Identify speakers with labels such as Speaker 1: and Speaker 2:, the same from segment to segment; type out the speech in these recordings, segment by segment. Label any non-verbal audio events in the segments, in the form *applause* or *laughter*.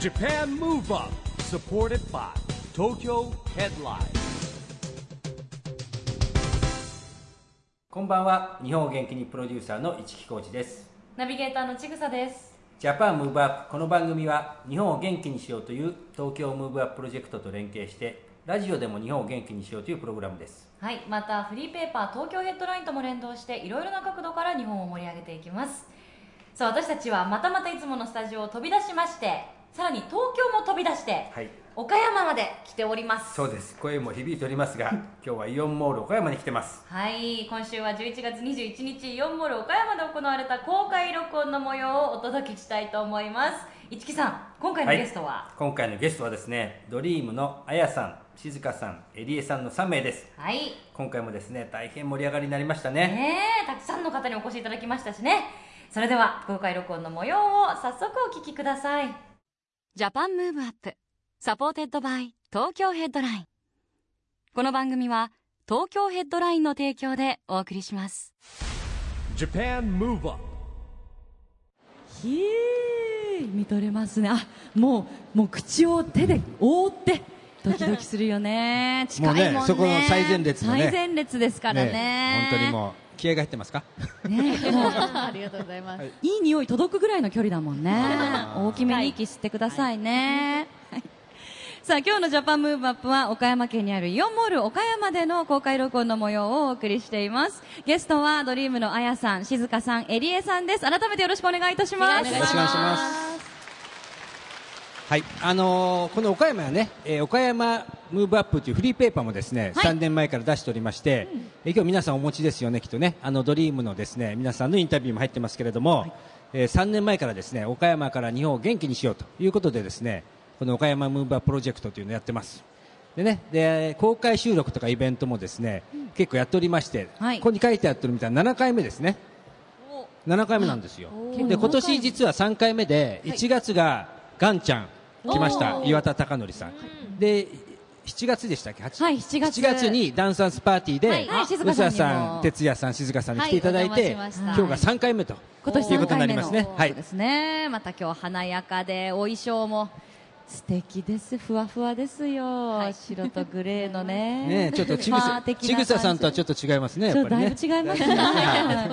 Speaker 1: JAPAN MOVE UP SUPPORTED BY TOKYO HEADLINE
Speaker 2: こんばんは日本を元気にプロデューサーの市木浩司です
Speaker 3: ナビゲーターのちぐさです。
Speaker 2: ジャパンムーブアップこの番組は日本を元気にしようという東京ムーブアッププロジェクトと連携してラジオでも日本を元気にしようというプログラムです
Speaker 3: はい、またフリーペーパー東京ヘッドラインとも連動していろいろな角度から日本を盛り上げていきます。さあ、私たちはまたまたいつものスタジオを飛び出しまして、さらに東京も飛び出して、
Speaker 2: はい
Speaker 3: 岡山まで来ております。
Speaker 2: そうです声も響いておりますが今日はイオンモール岡山に来てます
Speaker 3: はい、今週は11月21日イオンモール岡山で行われた公開録音の模様をお届けしたいと思います。市木さん、今回の
Speaker 2: はい
Speaker 3: ゲストは、
Speaker 2: 今回のゲストはですねドリームのあやさん静香さんえりえさんの3名です
Speaker 3: はい、
Speaker 2: 今回もですね大変盛り上がりになりましたね
Speaker 3: ねえたくさんの方にお越しいただきましたしねそれでは公開録音の模様を早速お聞きくださいジャパンムーブアップサポーテッドバイ東京ヘッドラインこの番組は東京ヘッドラインの提供でお送りします
Speaker 1: JAPAN MOVE UP
Speaker 4: ひえ見とれますねあもうもう口を手で覆ってドキドキする
Speaker 3: *laughs*
Speaker 4: よね近いもんね
Speaker 5: もうねそこの最前列のね
Speaker 4: 最前列ですからね
Speaker 5: え本当にもう気合が入ってますか
Speaker 4: ねもう
Speaker 6: ありがとうございます。
Speaker 4: いい匂い届くぐらいの距離だもん *laughs* ね
Speaker 5: あー
Speaker 4: 大きめに息吸ってくださいね、はいさあ今日のジャパンムーブアップは岡山県にあるイオンモール岡山での公開録音の模様をお送りしていますゲストはドリームのあやさん静香さんえりえさんです改めてよろしくお願いいたします
Speaker 5: よろしくお願いしますはいあのーこの岡山はね、えー岡山ムーブアップというフリーペーパーもですね、
Speaker 4: はい
Speaker 5: 3年前から出しておりまして、えー今日皆さんお持ちですよねきっとねあのドリームのですね皆さんのインタビューも入ってますけれども、え3年前からですね岡山から日本を元気にしようということでですねこの岡山ムーブアッププロジェクトというのをやってますでねで公開収録とかイベントもですね、結構やっておりまして、
Speaker 4: はい
Speaker 5: ここに書いてあってるみたいな7回目ですね7回目なんですよで今年実は3回目で1月がガンちゃん来ました岩田貴則さんで7月でしたっけ8
Speaker 4: はい7月
Speaker 5: にダンサーズパーティー
Speaker 4: はい
Speaker 5: で
Speaker 4: はい静香さんにも
Speaker 5: 宇佐さん哲也さん静香さんに来ていただい
Speaker 6: はいお
Speaker 5: て
Speaker 6: 邪魔し
Speaker 4: ま
Speaker 5: 今
Speaker 4: し
Speaker 5: 日
Speaker 4: た
Speaker 5: が3回目と
Speaker 4: 今年
Speaker 5: いう
Speaker 4: 3
Speaker 5: ことにな
Speaker 4: 回目
Speaker 5: りま
Speaker 4: の
Speaker 5: すね
Speaker 4: そ
Speaker 5: は
Speaker 4: う
Speaker 5: い
Speaker 4: ですね、また今日華やかでお衣装も素敵ですふわふわですよ、白とグレーのね
Speaker 5: ねちょっと
Speaker 4: *laughs*
Speaker 5: ちぐさちぐささんとはちょっと違いますねや
Speaker 4: ちょ
Speaker 5: っ
Speaker 4: っ
Speaker 5: ぱ
Speaker 4: とだ
Speaker 5: り
Speaker 4: い
Speaker 5: ね
Speaker 4: ぶ違います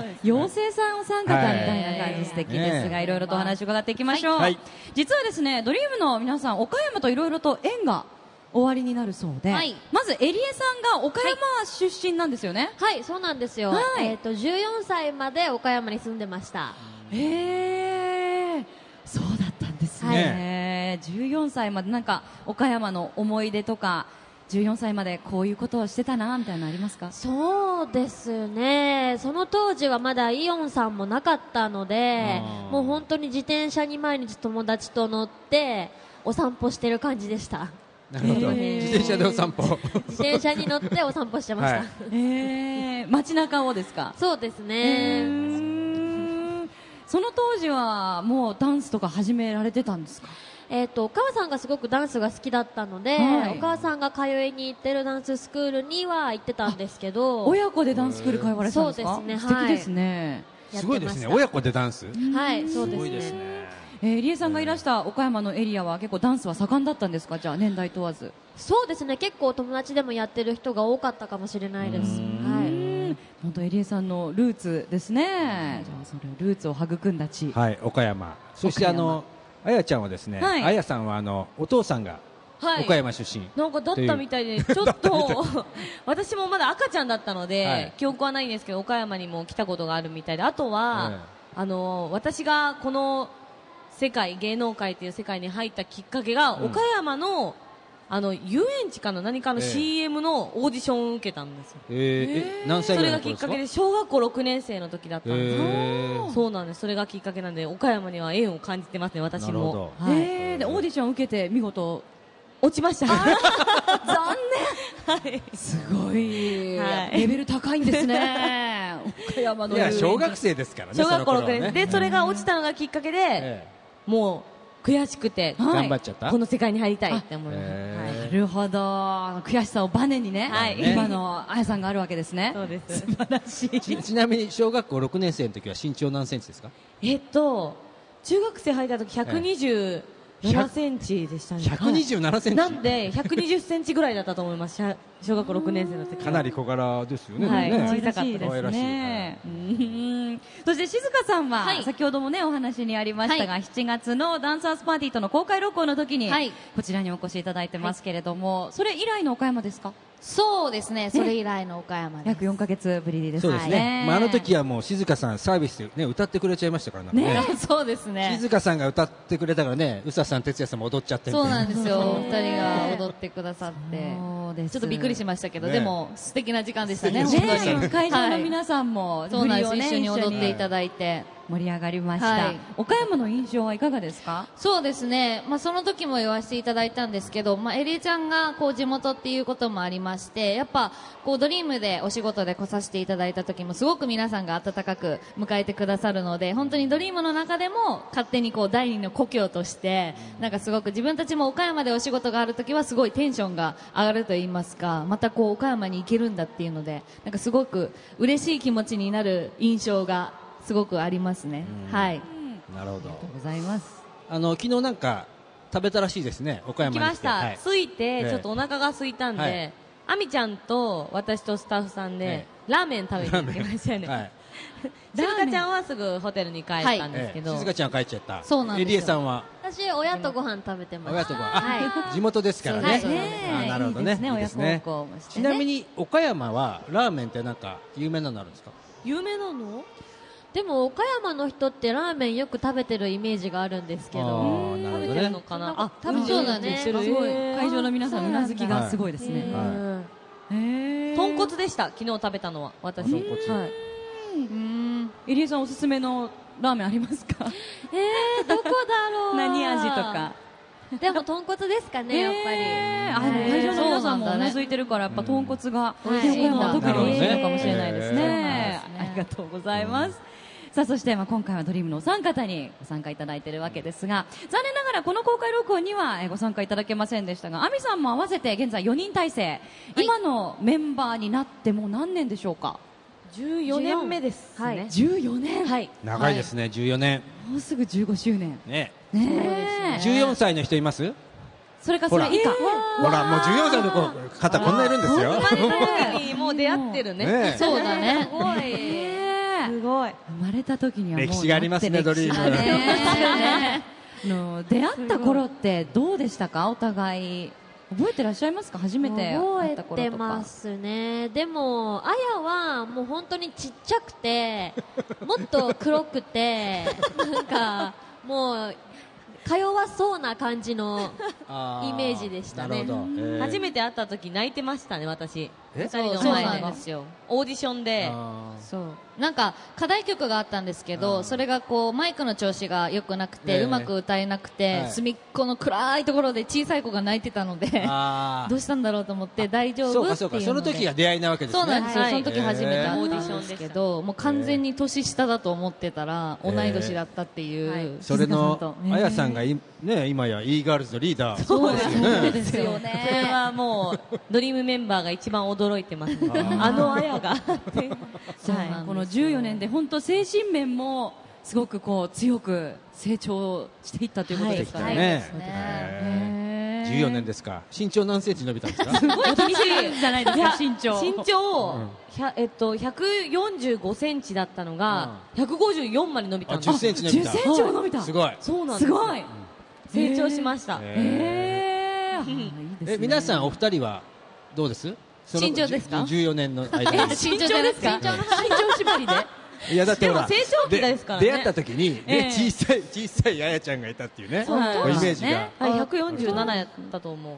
Speaker 4: ね、妖精さんお三方みたいな感
Speaker 6: はい
Speaker 4: じ、素敵ですが、
Speaker 5: ね
Speaker 4: いろいろとお話伺っていきましょう、
Speaker 5: はい
Speaker 4: 実はですねドリームの皆さん、岡山といろいろと縁が終わりになるそうで、
Speaker 6: はい
Speaker 4: まずエリエさんが岡山出身なんですよね。
Speaker 6: はい、そうなんですよ。
Speaker 4: はい
Speaker 6: えっ、と、14歳まで岡山に住んでました。
Speaker 4: へえそうだったんです
Speaker 5: はい
Speaker 4: ね、14歳までなんか岡山の思い出とか14歳までこういうことをしてたなみたいなのありますか
Speaker 6: そうですね。その当時はまだイオンさんもなかったので
Speaker 5: あー、
Speaker 6: もう本当に自転車に毎日友達と乗って、お散歩してる感じで *laughs* した。
Speaker 5: なるほど
Speaker 4: へ
Speaker 5: 自
Speaker 4: ー
Speaker 5: 転車でお散歩
Speaker 6: 自転車に乗ってお散歩してました。
Speaker 5: はい
Speaker 4: ええ *laughs* 街中をですか
Speaker 6: そうです
Speaker 4: うー
Speaker 6: ね。
Speaker 4: んその当時はもうダンスとか始められてたんですか
Speaker 6: えっ、と、お母さんがすごくダンスが好きだったので、
Speaker 4: はい
Speaker 6: お母さんが通いに行ってるダンススクールには行ってたんですけど、
Speaker 4: 親子でダンススクール通われてたんですか
Speaker 6: そうですね
Speaker 4: 素
Speaker 6: は
Speaker 4: 敵
Speaker 6: い
Speaker 4: ですね、
Speaker 6: やってました
Speaker 5: すごいですね親子でダンス
Speaker 6: はい、そうですね。
Speaker 4: えー、エリエさんがいらした岡山のエリアは結構ダンスは盛んだったんですかじゃあ年代問わず
Speaker 6: そうですね結構お友達でもやってる人が多かったかもしれないです、はい、
Speaker 4: 本当エリエさんのルーツですね。じゃあそれルーツを育んだ地。
Speaker 5: はい岡山そしてあのあやちゃんはですね
Speaker 4: はい
Speaker 5: あやさんはあのお父さんが
Speaker 7: はい、
Speaker 5: 岡山出身
Speaker 7: なんかだったみたいで、ちょっと私もまだ赤ちゃんだったので、
Speaker 5: はい
Speaker 7: 記憶はないんですけど、岡山にも来たことがあるみたいで、あとは、あの私がこの世界、芸能界という世界に入ったきっかけが、
Speaker 5: うん
Speaker 7: 岡山のあの遊園地かの何かの
Speaker 5: ええ
Speaker 7: CM のオーディションを受けたんですよ、
Speaker 5: えーえ何歳
Speaker 7: そ
Speaker 5: ぐらいの
Speaker 7: れが
Speaker 5: 頃
Speaker 7: きっ
Speaker 5: です
Speaker 7: か
Speaker 5: か
Speaker 7: けで、小学校6年生の時だったんですよ、
Speaker 5: えー
Speaker 7: そうなんです、それがきっかけなんで、岡山には縁を感じてますね、私
Speaker 5: なるほど
Speaker 7: も。
Speaker 4: え
Speaker 7: はい
Speaker 4: ーでオーディションを受けて見事
Speaker 7: 落ちました。
Speaker 4: 残
Speaker 7: はい
Speaker 4: すごい、
Speaker 7: はい
Speaker 4: レベル高いんですね岡山の
Speaker 5: い
Speaker 4: 遊園
Speaker 5: や
Speaker 4: 地
Speaker 5: 小学生ですからね
Speaker 7: 小学校
Speaker 5: その頃
Speaker 7: 6
Speaker 5: は
Speaker 7: 年
Speaker 5: ね
Speaker 7: 生でそれが落ちたのがきっかけで
Speaker 5: え
Speaker 7: もう悔しくて
Speaker 5: え
Speaker 4: はい
Speaker 5: 頑張っちゃった
Speaker 7: この世界に入りたいって思いましたはい
Speaker 5: え
Speaker 4: なるほど悔しさをバネにね、
Speaker 7: はい
Speaker 4: 今のあやさんがあるわけですね
Speaker 7: そうです
Speaker 4: 素晴らしい
Speaker 5: えちちなみに小学校6年生の時は身長何センチですか
Speaker 7: えっと中学生入った時120 7センチでしたね。
Speaker 5: 127センチ
Speaker 7: なんで、120センチぐらいだったと思います。小小学校6年生の時は
Speaker 5: かなり小柄ですよね。
Speaker 7: はい
Speaker 5: でも
Speaker 4: 可
Speaker 5: ね
Speaker 4: 愛らしい
Speaker 5: 可愛らしい
Speaker 4: ね。うんそして静香さんは、
Speaker 6: はい
Speaker 4: 先ほどもねお話にありましたが、
Speaker 6: は
Speaker 4: 7月のダンサーズパーティーとの公開録音の時に、
Speaker 6: はい
Speaker 4: こちらにお越しいただいてますけれども、それ以来の岡山ですか？
Speaker 6: そうですね、それ以来の岡山です。
Speaker 4: 約4ヶ月ぶりです
Speaker 5: そうですね。まああの時
Speaker 4: は
Speaker 5: はもう静香さんサービスでね歌ってくれちゃいましたからなんか
Speaker 4: ね
Speaker 5: ね。
Speaker 6: そうですね。
Speaker 5: 静香さんが歌ってくれたからね、宇佐さん哲也さんも踊っちゃってみた
Speaker 8: そう
Speaker 5: い
Speaker 8: なんですよ、お
Speaker 6: ね
Speaker 8: 二人が踊ってくださって、
Speaker 4: そうです
Speaker 8: ちょっとびっくりしましたけど、
Speaker 5: ね
Speaker 8: でも素敵な時間でしたね、
Speaker 5: 素
Speaker 8: 本
Speaker 5: 敵な
Speaker 8: 当
Speaker 5: 時間
Speaker 8: に。
Speaker 4: ね会場の
Speaker 8: はい
Speaker 4: 皆さんも、
Speaker 8: そうなんです、
Speaker 4: 振りを
Speaker 8: 一緒に踊っていた
Speaker 4: だ
Speaker 8: だいて。
Speaker 4: 盛り上がりました、
Speaker 8: はい
Speaker 4: 岡山の印象はいかがですか？
Speaker 8: そうですね、まあ、その時も言わせていただいたんですけど、まあ、エリーちゃんがこう地元っていうこともありまして、やっぱこうドリームでお仕事で来させていただいた時も、すごく皆さんが温かく迎えてくださるので、本当にドリームの中でも勝手にこう第二の故郷として、なんかすごく自分たちも岡山でお仕事がある時は、すごいテンションが上がると言いますか、またこう岡山に行けるんだっていうので、なんかすごく嬉しい気持ちになる印象がすごくありますね。はい
Speaker 5: なるほど。
Speaker 4: ございます。
Speaker 5: あの昨日なんか食べたらしいですね、岡山に
Speaker 7: 来
Speaker 5: 来て。
Speaker 7: ました、
Speaker 5: はい
Speaker 7: 着いて、
Speaker 5: ええ
Speaker 7: ちょっとお腹が空いたんで、
Speaker 5: はい
Speaker 7: あみちゃんと私とスタッフさんで、
Speaker 5: え
Speaker 7: ラーメン食べに行きましたよね、
Speaker 5: はい。
Speaker 7: 静香ちゃんはすぐホテルに帰ったんですけ
Speaker 5: ええ
Speaker 7: ど、
Speaker 5: 静香ちゃんは帰っちゃった。
Speaker 8: そうなんですよ
Speaker 5: エリエさんは
Speaker 6: 私、親とご飯食べてま
Speaker 5: 親
Speaker 6: す。
Speaker 5: とか、あ、 *laughs* 地元ですから
Speaker 8: は
Speaker 5: ね
Speaker 8: い。
Speaker 5: あなるほどね
Speaker 4: いいですね
Speaker 5: いい
Speaker 4: 親
Speaker 5: ですね
Speaker 4: 孝行もして
Speaker 5: ち
Speaker 4: ね。
Speaker 5: なみに岡山はラーメンってなんか有名なのあるんですか。
Speaker 7: 有名なの
Speaker 6: でも、岡山の人ってラーメンよく食べてるイメージがあるんですけど。
Speaker 5: あーなる
Speaker 7: 食
Speaker 5: ほ
Speaker 7: べ
Speaker 5: ど
Speaker 7: てるの
Speaker 5: ね。
Speaker 7: かなあ
Speaker 6: 多分そうだね
Speaker 7: 食べてる
Speaker 4: あ
Speaker 7: の
Speaker 4: す
Speaker 7: 知って
Speaker 4: ごい
Speaker 7: るえ
Speaker 4: 会場の皆さんうなずきがすごいですね。
Speaker 5: はい
Speaker 6: うん
Speaker 4: へー
Speaker 7: 豚骨でした昨日食べたのは私
Speaker 5: 豚骨
Speaker 7: はい、
Speaker 4: 入江さんおすすめのラーメンありますか？
Speaker 6: えー、どこだろ
Speaker 4: *laughs*
Speaker 6: う。
Speaker 4: 何味と。か。
Speaker 6: でも、豚骨ですかね、やっぱり。
Speaker 4: えーあ
Speaker 6: はい
Speaker 4: 会場の皆さんも
Speaker 8: そ
Speaker 4: う
Speaker 8: うなんだ
Speaker 4: な
Speaker 8: ね
Speaker 4: ずいてるからやっぱ豚骨が
Speaker 6: う
Speaker 4: ね
Speaker 6: ん
Speaker 4: 岡山は特に美味しいのかもしれないですね。
Speaker 5: な
Speaker 4: ありがとうございます。さあそしてまあ今回はドリームのお三方にご参加いただいているわけですが残念ながらこの公開録音にはえーご参加いただけませんでしたが亜美さんも合わせて現在4人体制、今のメンバーになってもう何年でしょうか
Speaker 7: 14年目ですね、
Speaker 6: はい
Speaker 4: 14年、はい、
Speaker 5: 長いですね、14年。
Speaker 4: もうすぐ15周年
Speaker 5: ね。
Speaker 4: ねえ
Speaker 5: 14歳の人います？
Speaker 4: それかそれ以下、
Speaker 5: ほらもう14歳の子方こんないるんですよ。
Speaker 7: 確かにもう出会ってるね *laughs*
Speaker 5: ねえ
Speaker 8: そうだね。
Speaker 4: ねえ
Speaker 7: すごい
Speaker 4: 生まれた時にはもう
Speaker 5: 歴史がありますね
Speaker 4: だって歴史がね
Speaker 5: ドリ
Speaker 4: *laughs* あの出会った頃ってどうでしたかお互い覚えてらっしゃいますか初めて
Speaker 6: 覚
Speaker 4: 会っ
Speaker 6: え
Speaker 4: た頃
Speaker 6: て
Speaker 4: と
Speaker 6: ま
Speaker 4: か
Speaker 6: すねでもあやはもう本当にちっちゃくてもっと黒くてなんかもうか弱そうな感じの
Speaker 5: あー
Speaker 6: イメージでした
Speaker 5: な
Speaker 6: ね
Speaker 5: るほど。えー
Speaker 7: 初めて会った時泣いてましたね私
Speaker 5: え
Speaker 7: 二人の
Speaker 8: そう
Speaker 7: 前
Speaker 8: な
Speaker 7: で
Speaker 8: んですよ。
Speaker 7: オーディションで
Speaker 5: あー
Speaker 8: そうなんか課題曲があったんですけど、それがこうマイクの調子が良くなくて、
Speaker 5: ええ
Speaker 8: うまく歌えなくて、
Speaker 5: はい
Speaker 8: 隅っこの暗いところで小さい子が泣いてたので
Speaker 5: あ
Speaker 4: *laughs*
Speaker 5: ー
Speaker 8: *laughs* どうしたんだろうと思って大丈
Speaker 5: そ
Speaker 8: 夫
Speaker 5: う
Speaker 8: ってい
Speaker 5: か
Speaker 8: う
Speaker 5: そう
Speaker 8: の
Speaker 5: かそ
Speaker 8: で
Speaker 5: の時が出会いなわけですね
Speaker 8: そうなんですよ、
Speaker 7: はい
Speaker 8: その時初めて会ったんですけど、もう完全に年下だと思ってたら、
Speaker 5: ええ
Speaker 8: 同い年だったっていう、
Speaker 5: それ
Speaker 8: 静香さん
Speaker 5: の
Speaker 8: と
Speaker 5: あやさんがいね今や e ガールズのリーダーそうですよ
Speaker 4: そう
Speaker 5: ね
Speaker 4: ですよね
Speaker 7: それはもうドリームメンバーが一番驚いてますねあのあやがって
Speaker 4: そうなんですよこの14年で本当精神面もすごくこう強く成長していったということですから
Speaker 5: ね
Speaker 4: ね、
Speaker 5: えー14年ですか身長何センチ伸びたんです
Speaker 4: *laughs*
Speaker 5: か
Speaker 4: すごい気にしてるんじゃないですか身長
Speaker 7: 身長、ひゃえっと、145センチだったのが、154まで伸びた
Speaker 5: あ
Speaker 7: んです
Speaker 5: 10センチ伸びた
Speaker 4: 10センチも伸びた、
Speaker 5: すごい
Speaker 7: そうなんですす
Speaker 4: ごい
Speaker 7: 成長しました、
Speaker 4: えー、いいですね
Speaker 5: え皆さんお二人はどうですその
Speaker 8: 身長ですか
Speaker 5: じゅ14年の間に
Speaker 8: 身長じゃないですか
Speaker 7: 身長縛りで
Speaker 5: いやだってほら
Speaker 7: でも成長期ですからね
Speaker 5: 出会った時にね
Speaker 7: ええ
Speaker 5: 小さい小さいあやちゃんがいたっていうねこ
Speaker 4: そう
Speaker 5: うイ
Speaker 4: なんですね
Speaker 5: メージが
Speaker 7: はい147やったと思う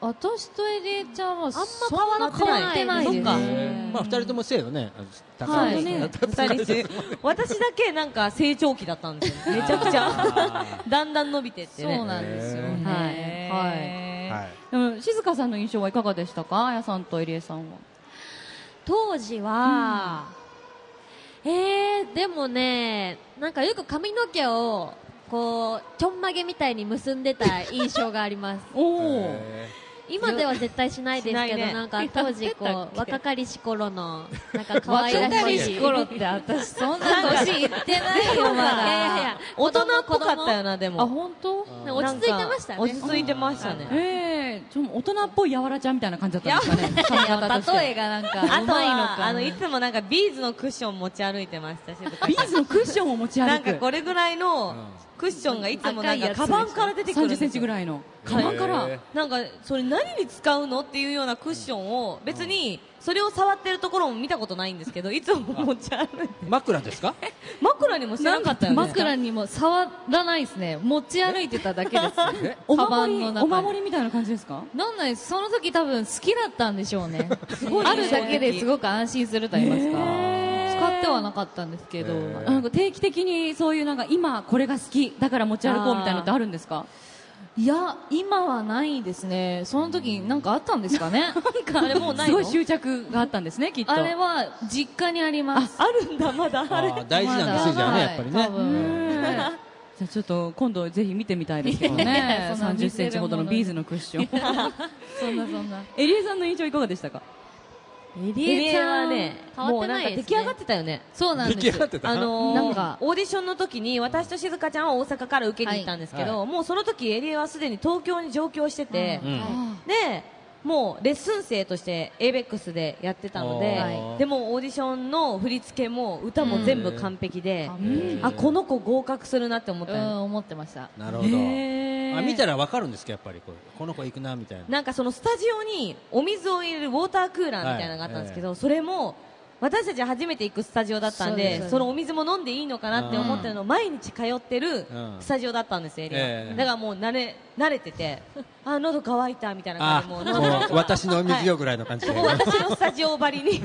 Speaker 8: 私とエリエちゃんはあんま
Speaker 7: 変わってない
Speaker 8: 変わってないで
Speaker 7: そ
Speaker 8: す
Speaker 5: まあ二人とも背のね高
Speaker 8: はいい
Speaker 5: ですね
Speaker 7: 二人して *laughs* 私だけなんか成長期だったんですよめちゃくちゃ *laughs* だんだん伸びてってね
Speaker 8: そうなんですよ、
Speaker 5: へ
Speaker 8: はい、はい
Speaker 5: はい
Speaker 4: はい、うん、静香さんの印象はいかがでしたか、あやさんと入江さんは。
Speaker 6: 当時は、えー、でもねなんかよく髪の毛をこうちょんまげみたいに結んでた印象があります
Speaker 4: おお、
Speaker 5: え
Speaker 6: 今では絶対しないですけど、
Speaker 7: しないね
Speaker 6: なんか当時
Speaker 7: *laughs* やってた
Speaker 6: こ
Speaker 7: っ
Speaker 6: う
Speaker 7: け
Speaker 6: 若かりし頃のなんか可愛らしい
Speaker 8: 若かりし頃って私そんな年いってないよまだ
Speaker 6: いやいやいや
Speaker 7: 大人っぽかったよなで
Speaker 4: あ
Speaker 7: も
Speaker 4: 本当
Speaker 6: 落ち着いてましたね
Speaker 7: 落ち着いてましたね
Speaker 4: ええちょっと大人っぽいやわらちゃんみたいな感じだったんですかね
Speaker 8: いや
Speaker 4: 髪型として
Speaker 8: 例えがなんか
Speaker 7: あ
Speaker 8: う
Speaker 7: と
Speaker 8: まいの
Speaker 7: は
Speaker 8: か
Speaker 7: あのいつもなんかビーズのクッション持ち歩いてましたし
Speaker 4: ビーズのクッションを持ち
Speaker 7: な
Speaker 4: 歩
Speaker 7: んか
Speaker 4: く
Speaker 7: これぐらいのクッションがいつもなんかカバンから出てくる
Speaker 4: 30
Speaker 7: んです
Speaker 4: セ
Speaker 7: よ
Speaker 4: ンチぐらいのカバンから、
Speaker 9: へー
Speaker 7: なんかそれ何に使うのっていうようなクッションを別にそれを触ってるところも見たことないんですけどいつも持ち歩いて
Speaker 5: 枕ですか
Speaker 7: 枕にもしてなかったよね
Speaker 8: 枕にも触らないですね持ち歩いてただけです
Speaker 5: え
Speaker 4: お
Speaker 8: カバン
Speaker 4: 守り
Speaker 8: の中
Speaker 4: お
Speaker 8: に
Speaker 4: 守りみたいな感じですか
Speaker 8: なんないですその時多分好きだったんでしょうね
Speaker 7: ごいね
Speaker 8: あるだけですごく安心すると言いますか
Speaker 4: へー
Speaker 8: 使ってはなかったんですけど
Speaker 9: へ
Speaker 4: なんか定期的にそういうなんか今これが好きだから持ち歩こうみたいなのってあるんですか
Speaker 8: いや今はないですねその時なんかあったんですかね
Speaker 7: あれもうない
Speaker 4: すご
Speaker 7: の
Speaker 4: い執着があったんですねきっと
Speaker 8: *laughs* あれは実家にあります
Speaker 7: あるんだまだあれ
Speaker 5: あー大事なんですよじゃあねやっぱり
Speaker 8: まだ
Speaker 5: ね
Speaker 8: はい多分
Speaker 4: じゃあちょっと今度ぜひ見てみたいですけど
Speaker 8: いやい
Speaker 4: ね
Speaker 8: やそんな
Speaker 4: 30センチほどのビーズのクッション
Speaker 8: そんなそんな
Speaker 4: エリエさんの印象いかがでしたか
Speaker 7: エリエちゃんはね
Speaker 6: 変わってない
Speaker 7: もうなんか出来上がってたよね
Speaker 8: そうなんです
Speaker 5: *laughs*
Speaker 9: 出来上がってた
Speaker 7: あのー
Speaker 8: なんか
Speaker 7: オーディションの時に私と静香ちゃんは大阪から受けに行ったんですけど、
Speaker 9: は
Speaker 7: もうその時エリエはすでに東京に上京してて、
Speaker 9: うん
Speaker 7: でもうレッスン生として ABEX でやってたので、
Speaker 9: はい
Speaker 7: でもオーディションの振り付けも歌も全部完璧で、
Speaker 9: うん
Speaker 7: あこの子合格するなって思っ
Speaker 8: う
Speaker 7: たよね
Speaker 8: ん思ってました
Speaker 5: なるほど
Speaker 4: へー
Speaker 5: あ見たらわかるんですかやっぱりこれこの子行くなみたいな
Speaker 7: なんかそのスタジオにお水を入れるウォータークーラーみたいなのがあったんですけど、それも私たち初めて行くスタジオだったん
Speaker 8: そうで
Speaker 7: です
Speaker 8: そうです
Speaker 7: そのお水も飲んでいいのかなって思ってるのを毎日通ってる
Speaker 5: うん
Speaker 7: スタジオだったんですよ、エリア
Speaker 5: ええ
Speaker 7: だからもう慣れ慣れててあ喉乾いたみたいな感
Speaker 5: あ
Speaker 7: じでもう喉
Speaker 5: もう私のお水よぐらいの感じで、
Speaker 7: もう私のスタジオばりに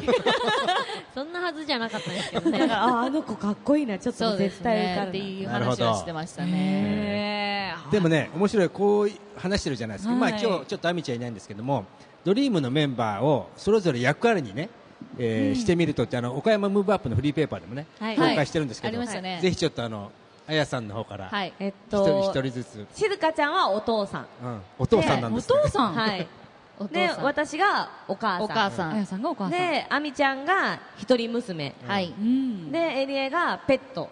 Speaker 6: そんなはずじゃなかったんですけど
Speaker 7: だか
Speaker 6: ね
Speaker 7: らああの子かっこいいなちょっ
Speaker 8: そ
Speaker 7: と
Speaker 8: うで
Speaker 7: 絶
Speaker 8: す
Speaker 7: 対受
Speaker 8: ね
Speaker 7: かるな
Speaker 8: っていう
Speaker 5: なるほ
Speaker 8: 話
Speaker 5: ど
Speaker 8: はしてましたね
Speaker 5: でもね面白いこう話してるじゃないですか、まあ
Speaker 4: は
Speaker 5: 今
Speaker 4: い
Speaker 5: 日ちょっと亜美ちゃんいないんですけどもドリームのメンバーをそれぞれ役割にね、えーしてみるとってあの岡山ムーブアップのフリーペーパーでもね、
Speaker 7: はい
Speaker 5: 公開してるんですけ
Speaker 8: あり
Speaker 5: ど、
Speaker 8: ましたね
Speaker 5: ぜひちょっとあのあやさんの方から
Speaker 8: はい
Speaker 7: えっ
Speaker 5: 一人一人
Speaker 7: と
Speaker 5: ずつ、
Speaker 7: 静香ちゃんはお父さん
Speaker 5: うん、お父さんなん
Speaker 4: お
Speaker 5: ですけど
Speaker 4: 父さん、
Speaker 7: はい
Speaker 8: お父
Speaker 7: で
Speaker 8: さん
Speaker 7: 私がお母さん
Speaker 8: お母さ
Speaker 4: あ
Speaker 8: ん
Speaker 4: やさんがお母さん
Speaker 7: で亜美ちゃんが一人娘
Speaker 8: はい
Speaker 4: うん
Speaker 7: で、エリエがペット。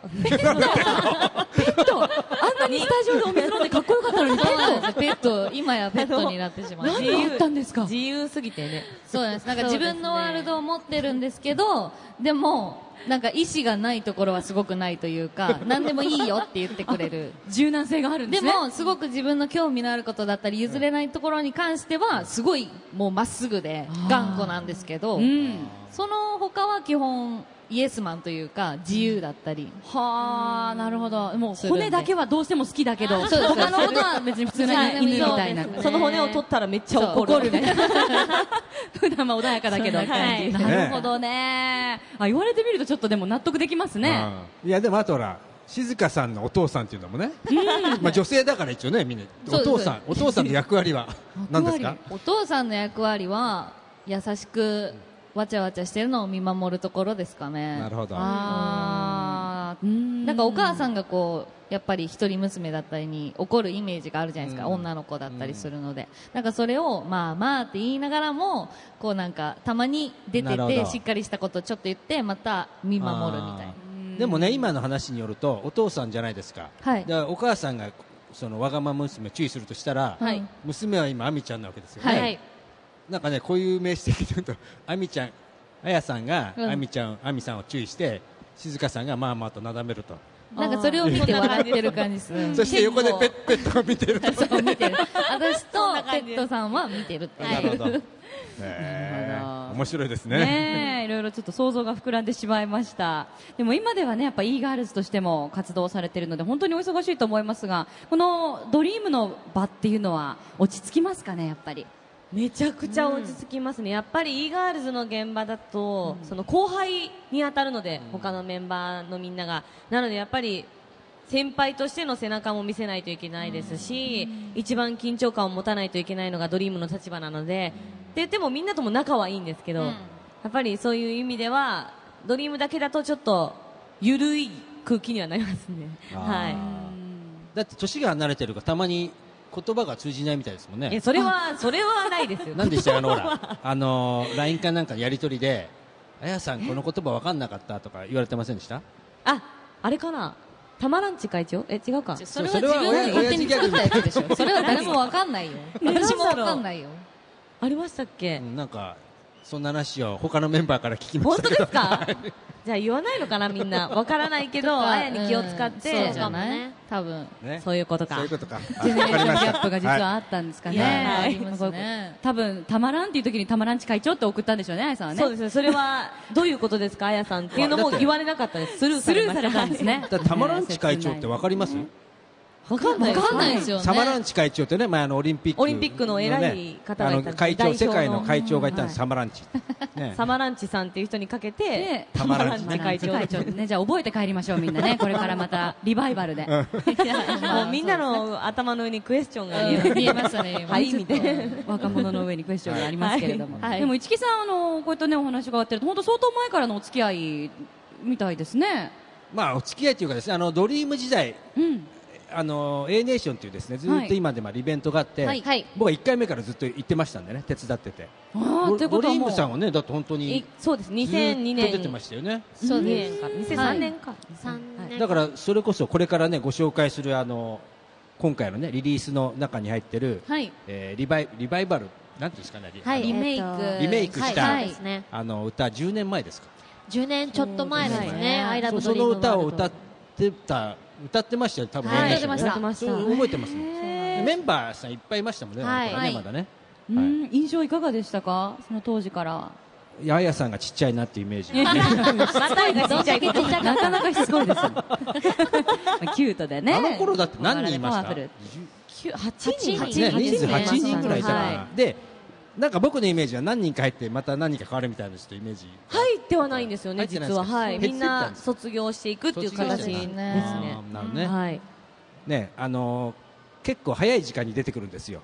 Speaker 4: あんなにスタジオでお水飲んでかっこよかったのに
Speaker 8: そうなんですペット今やペットになってしまう
Speaker 4: 何があったんですか
Speaker 7: 自由すぎてね。
Speaker 8: そうなんです。なんか自分のワールドを持ってるんですけど、でも、なんか意志がないところはすごくないというか、
Speaker 4: *laughs*
Speaker 8: 何でもいいよって言ってくれる。
Speaker 4: 柔軟性があるんで
Speaker 8: です
Speaker 4: ね
Speaker 8: も、すごく自分の興味のあることだったり、譲れないところに関しては、すごいもうまっすぐで
Speaker 4: あー
Speaker 8: 頑固なんですけど
Speaker 4: う、ん
Speaker 8: その他は基本イエスマンというか、自由だったり。
Speaker 4: はあなるほどもう
Speaker 8: するんで
Speaker 4: 骨だけはどうしても好きだけど
Speaker 8: そうです
Speaker 4: 他のことは別に普通の
Speaker 8: はい
Speaker 4: 犬みたいな
Speaker 8: そうです
Speaker 7: その骨を取ったらめっちゃ怒る。
Speaker 4: 怒るね普段は穏やかだけど
Speaker 8: そんな感じ
Speaker 4: なるほどねあ言われてみるとちょっとでも納得できますね
Speaker 5: うんいやでもあとほら静香さんのお父さんっていうのもね、まあ女性だから一応ねみんな
Speaker 8: そ
Speaker 5: お
Speaker 8: う
Speaker 5: 父
Speaker 8: です
Speaker 5: さんお父さんの役割
Speaker 8: *laughs*
Speaker 5: は何ですか
Speaker 8: お父さんの役割は、優しくわちゃわちゃしてるのを見守るところですかね。
Speaker 5: なるほど
Speaker 8: あー
Speaker 4: な
Speaker 8: なんかお母さ
Speaker 4: ん
Speaker 8: んがこうやっぱり一人娘だったりに怒るイメージがあるじゃないですか、
Speaker 5: うん
Speaker 8: 女の子だったりするので、なんかそれをまあまあって言いながらもこうなんかたまに出
Speaker 5: な
Speaker 8: て
Speaker 5: るほ
Speaker 8: て
Speaker 5: ど
Speaker 8: しっかりしたことちょっと言ってまた見守るみたいな
Speaker 5: あーでもね今の話によるとお父さんじゃないですか,、
Speaker 8: はい
Speaker 5: だからお母さんがそのわがまま娘を注意するとしたら、
Speaker 8: はい
Speaker 5: 娘は今、亜美ちゃんなわけですよね、
Speaker 8: はい、
Speaker 5: なんかねこういう名詞的に言うと亜美ちゃん、あやさんが
Speaker 8: うん
Speaker 5: 亜美ちゃん、亜美さんを注意して静香さんがまあまあとなだめると、
Speaker 8: なんかそれを見て笑ってる感じです、うん
Speaker 5: そして横でペッペッと見てると。
Speaker 8: そう見てる私と
Speaker 7: そんな
Speaker 8: ペ
Speaker 7: 感じ
Speaker 8: ットさんは見てるっていう、
Speaker 5: なるほど、ね
Speaker 4: なる
Speaker 5: え
Speaker 4: ほど
Speaker 5: 面白いですね
Speaker 4: ねえいろいろちょっと想像が膨らんでしまいましたでも今ではねやっぱ e ガールズとしても活動されてるので本当にお忙しいと思いますがこのドリームの場っていうのは落ち着きますかねやっぱり
Speaker 7: めちゃくちゃ落ち着きますね。やっぱり e ガールズの現場だと、その後輩に当たるので、他のメンバーのみんなが。なのでやっぱり、先輩としての背中も見せないといけないですし、一番緊張感を持たないといけないのがドリームの立場なので、って言ってもみんなとも仲はいいんですけど、
Speaker 8: うん
Speaker 7: やっぱりそういう意味では、ドリームだけだとちょっと、ゆるい空気にはなりますね。
Speaker 5: あー
Speaker 7: はい。
Speaker 5: だって年が離れてるからたまに言葉が通じないみたいですもん
Speaker 7: いや
Speaker 5: ね。
Speaker 7: それはそれはない
Speaker 5: *laughs*
Speaker 7: ですよ
Speaker 5: なんでしたよあのほら、あのー LINE かなんかのやりとりで、あやさんこの言葉わかんなかったとか言われてませんでした？
Speaker 7: ああれかなたまらんち会長え違うか
Speaker 8: それは
Speaker 5: そ
Speaker 8: 自
Speaker 5: れは
Speaker 8: 分が勝手に作ったやつでしょ。それは誰もわかんないよ。私もわかんないよ。
Speaker 7: ありましたっけ、
Speaker 5: うんなんかそんな話を他のメンバーから聞きま
Speaker 7: 本
Speaker 5: したけ
Speaker 7: 当で
Speaker 5: ど
Speaker 7: す。かじゃあ言わないのかなみんなわからないけどあやに気を使っ
Speaker 8: うん
Speaker 7: て、
Speaker 8: そうじ
Speaker 6: そうか
Speaker 8: ゃない
Speaker 6: もね
Speaker 8: 多分。
Speaker 5: ね
Speaker 7: そういうことか
Speaker 5: そういうことか。あ
Speaker 4: ジェネレーションギャップが実
Speaker 5: わかりました
Speaker 4: はあったんですかね。
Speaker 8: あ
Speaker 7: はい
Speaker 8: りますね。
Speaker 4: 多分たまらんっていう時にたまらんち会長って送ったんでしょうね、あやさんはね。
Speaker 7: そうですねそれはどういうことですかあやさんっていうのも言われなかったですスルー
Speaker 4: ス
Speaker 7: さ
Speaker 4: ル
Speaker 7: れ
Speaker 4: ー
Speaker 7: ま
Speaker 4: さ
Speaker 7: し
Speaker 4: れ
Speaker 7: た
Speaker 4: たんですね。
Speaker 5: だたまらんち会長ってわかります？
Speaker 7: わかんない
Speaker 8: わ
Speaker 7: です
Speaker 8: かんないですよね。
Speaker 5: サマランチ会長ってね、前あのオリンピック、
Speaker 7: オリンピックの偉い方がいたんです
Speaker 5: あの会長、世
Speaker 7: 代表の
Speaker 5: 界の会長がいたんで
Speaker 7: うん
Speaker 5: す、サマランチ。ね
Speaker 7: サマランチさんっていう人にかけて
Speaker 4: で
Speaker 5: た
Speaker 7: た
Speaker 5: ま
Speaker 7: ま
Speaker 5: ら
Speaker 7: ら
Speaker 5: ん
Speaker 7: ん
Speaker 5: ち
Speaker 4: 会
Speaker 7: ち会
Speaker 4: 長
Speaker 7: 長
Speaker 4: 会長ね、じゃあ覚えて帰りましょうみんなね。これからまたリバイバルで。
Speaker 7: もうみんなの頭の上にクエスチョンが見え
Speaker 8: うん見えましたね、今。
Speaker 7: はいみたいな
Speaker 4: 若者の上にクエスチョンがありますけれども、
Speaker 8: はいはい
Speaker 4: でも市木さんあのこうやってねお話があってると本当相当前からのお付き合いみたいですね
Speaker 5: まあ、お付き合いというかですね、あのドリーム時代、
Speaker 4: うん
Speaker 5: あの A ネーションというですね、ずっと今でもあるイベントがあって、
Speaker 8: はいはい
Speaker 5: 僕は1回目からずっと行ってましたんでね、手伝ってて。
Speaker 4: ああ
Speaker 5: ド
Speaker 4: ってこと
Speaker 5: ド
Speaker 4: は
Speaker 5: リー
Speaker 4: も
Speaker 5: ム
Speaker 4: う
Speaker 5: さんはね、だって本当に
Speaker 7: いそうです
Speaker 5: ずっと
Speaker 7: 2002年
Speaker 5: 出てましたよね。
Speaker 8: そう
Speaker 7: 2
Speaker 8: です
Speaker 7: 年か2003年か、
Speaker 6: 三年
Speaker 5: だからそれこそこれからねご紹介するあの今回のねリリースの中に入ってる、
Speaker 8: はい。
Speaker 5: えーリバイリバイバルなんていうんですかね、リ
Speaker 6: はい
Speaker 8: リメイ
Speaker 6: えっ
Speaker 8: ク。
Speaker 6: と
Speaker 5: リメイクした
Speaker 8: はい
Speaker 6: そうですね
Speaker 5: あの歌10年前ですか。
Speaker 6: 10年ちょっと前です
Speaker 7: そうです
Speaker 6: ね
Speaker 7: ね
Speaker 6: 「アイラ
Speaker 5: そ
Speaker 6: ブ
Speaker 5: う
Speaker 6: ド
Speaker 5: そ
Speaker 6: リー
Speaker 5: の
Speaker 6: ム
Speaker 5: 歌を歌ってた歌ってましたよ多分、
Speaker 6: はい
Speaker 5: 練習でね
Speaker 8: 歌って
Speaker 7: ました
Speaker 5: そう覚えてますもんメンバーさんいっぱいいましたもんね、
Speaker 6: は
Speaker 5: あ
Speaker 6: い
Speaker 5: の頃ねまだね
Speaker 4: うん印象いかがでしたかその当時からは
Speaker 5: ややさんがちっちゃいなっていうイメージ
Speaker 7: またがちっちゃい子
Speaker 4: なかなかしつこいですよまあキュートでね
Speaker 5: あの頃だって何人いまし
Speaker 4: パ
Speaker 5: た
Speaker 4: ワフル
Speaker 7: 9 8人
Speaker 6: 八
Speaker 5: ね、
Speaker 6: 人
Speaker 5: 人数
Speaker 6: 八
Speaker 5: 8人ぐらいいたから、
Speaker 4: は
Speaker 5: でなんか僕のイメージは何人か入ってまた何人か変わるみたいなちょっとイメージ
Speaker 7: 入ってはないんですよ
Speaker 5: 入
Speaker 7: ね、
Speaker 5: ってない
Speaker 7: 実
Speaker 5: ですか
Speaker 7: は、はい、
Speaker 5: 減
Speaker 7: み
Speaker 5: ってっ
Speaker 7: ん
Speaker 5: たん
Speaker 7: な
Speaker 5: です
Speaker 7: 卒業していくっていう形です
Speaker 8: 卒業して
Speaker 7: ね
Speaker 8: たんだです
Speaker 5: あ
Speaker 8: ね
Speaker 5: ーなるほどね,、
Speaker 7: はい、
Speaker 5: ねあのー結構早い時間に出てくるんですよ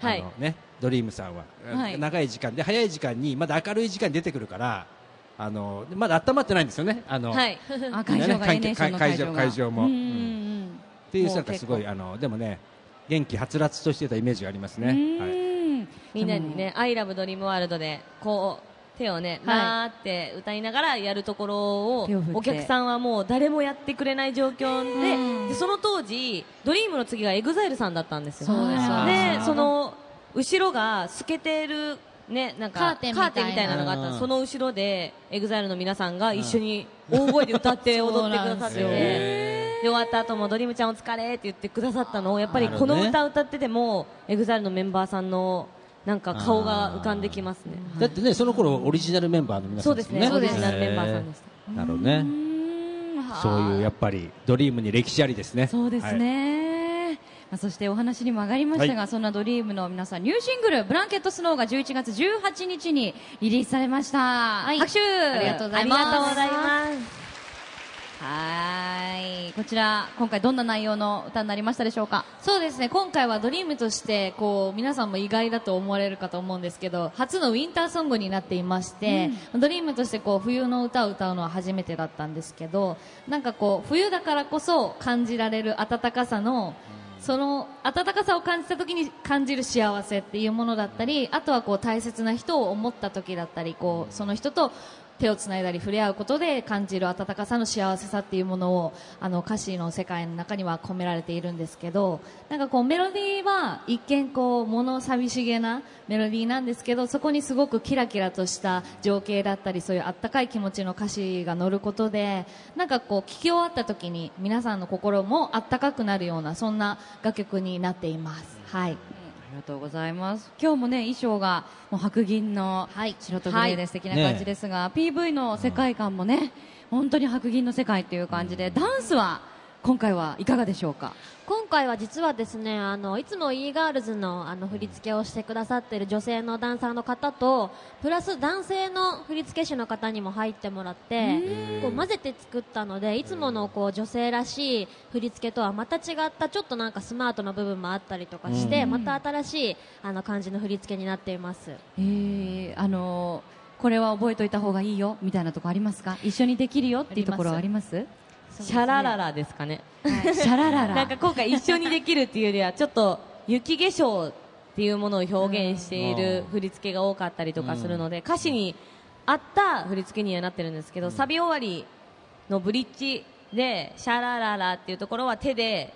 Speaker 7: はい
Speaker 5: あのね、ドリームさんは、
Speaker 4: はい
Speaker 5: 長い時間で早い時間にまだ明るい時間に出てくるからあのでまだ温まってないんですよねあの、
Speaker 7: はい、
Speaker 4: あ会場が
Speaker 5: ね
Speaker 4: A ネーションの会場が
Speaker 5: 会場も
Speaker 4: うんうん
Speaker 5: っていう
Speaker 4: もう
Speaker 5: なんかすごいあのでもね元気はつらつとしてたイメージがあります
Speaker 4: うん
Speaker 5: ね、
Speaker 4: う
Speaker 5: はい、
Speaker 4: ん
Speaker 7: みんなにね、アイラブドリームワールドで、こう、手をね、なーって歌いながらやるところを
Speaker 4: 手を振っ、て
Speaker 7: お客さんはもう誰もやってくれない状況で、でその当時、ドリームの次がエグザイルさんだったんですよ。
Speaker 8: そうですそうです
Speaker 7: で、その、後ろが透けてる、ね、なんか
Speaker 8: カーテンみたいな
Speaker 7: みたいなのがあったんで
Speaker 5: うん
Speaker 7: すその後ろで、エグザイルの皆さんが一緒に大声で歌って踊ってくださって
Speaker 8: そうなんです
Speaker 7: て
Speaker 8: よ。
Speaker 7: で終わった後もドリームちゃんお疲れって言ってくださったのをやっぱりこ
Speaker 5: なるほ
Speaker 7: の
Speaker 5: どね
Speaker 7: 歌歌ってても、エグザイルのメンバーさんのなんか顔が浮かんできますね。
Speaker 5: だってねその頃オリジナルメンバーの皆さ
Speaker 7: そ
Speaker 5: ん
Speaker 7: うですね、
Speaker 5: も
Speaker 7: オ
Speaker 5: ん
Speaker 7: リジナルメンバーさんでした。
Speaker 5: なるほどねそういうやっぱりドリームに歴史ありですね
Speaker 4: そうですね、まあ、そしてお話にも上がりましたが、そんなドリームの皆さんニューシングル「ブランケットスノー」が11月18日にリリースされました、拍手
Speaker 8: ありがとうございます
Speaker 4: ありがとうございますはいこちら今回どんな内容の歌になりましたでしょうか
Speaker 8: そうですね今回はドリームとしてこう皆さんも意外だと思われるかと思うんですけど初のウィンターソングになっていまして、ドリームとしてこう冬の歌を歌うのは初めてだったんですけどなんかこう冬だからこそ感じられる温かさのその温かさを感じた時に感じる幸せっていうものだったりあとはこう大切な人を思った時だったりこうその人と手をつないだり触れ合うことで感じる温かさの幸せさっていうものをあの歌詞の世界の中には込められているんですけどなんかこうメロディーは一見こう物寂しげなメロディーなんですけどそこにすごくキラキラとした情景だったりそういうあったかい気持ちの歌詞が乗ることでなんかこう聴き終わった時に皆さんの心もあったかくなるようなそんな楽曲になっています。はい
Speaker 4: ありがとうございます今日もね衣装がもう白銀の白とグレーで素敵な感じですが、PV の世界観もね本当に白銀の世界っていう感じでダンスは今回はいかがでしょうか
Speaker 6: 今回は実はですねあのいつも e ガールズのあの振り付けをしてくださっている女性のダンサーの方とプラス男性の振付師の方にも入ってもらってこう混ぜて作ったのでいつものこう女性らしい振り付けとはまた違ったちょっとなんかスマートな部分もあったりとかしてまた新しいあの感じの振り付けになっています。
Speaker 4: えー、あのーこれは覚えといた方がいいよみたいなとこありますか一緒にできるよっていうところはあります
Speaker 7: シャラララですかね。
Speaker 4: シャラララ
Speaker 7: なんか今回一緒にできるっていうよりは、ちょっと雪化粧っていうものを表現している振り付けが多かったりとかするので、歌詞に合った振り付けにはなってるんですけど、サビ終わりのブリッジでシャラララっていうところは手で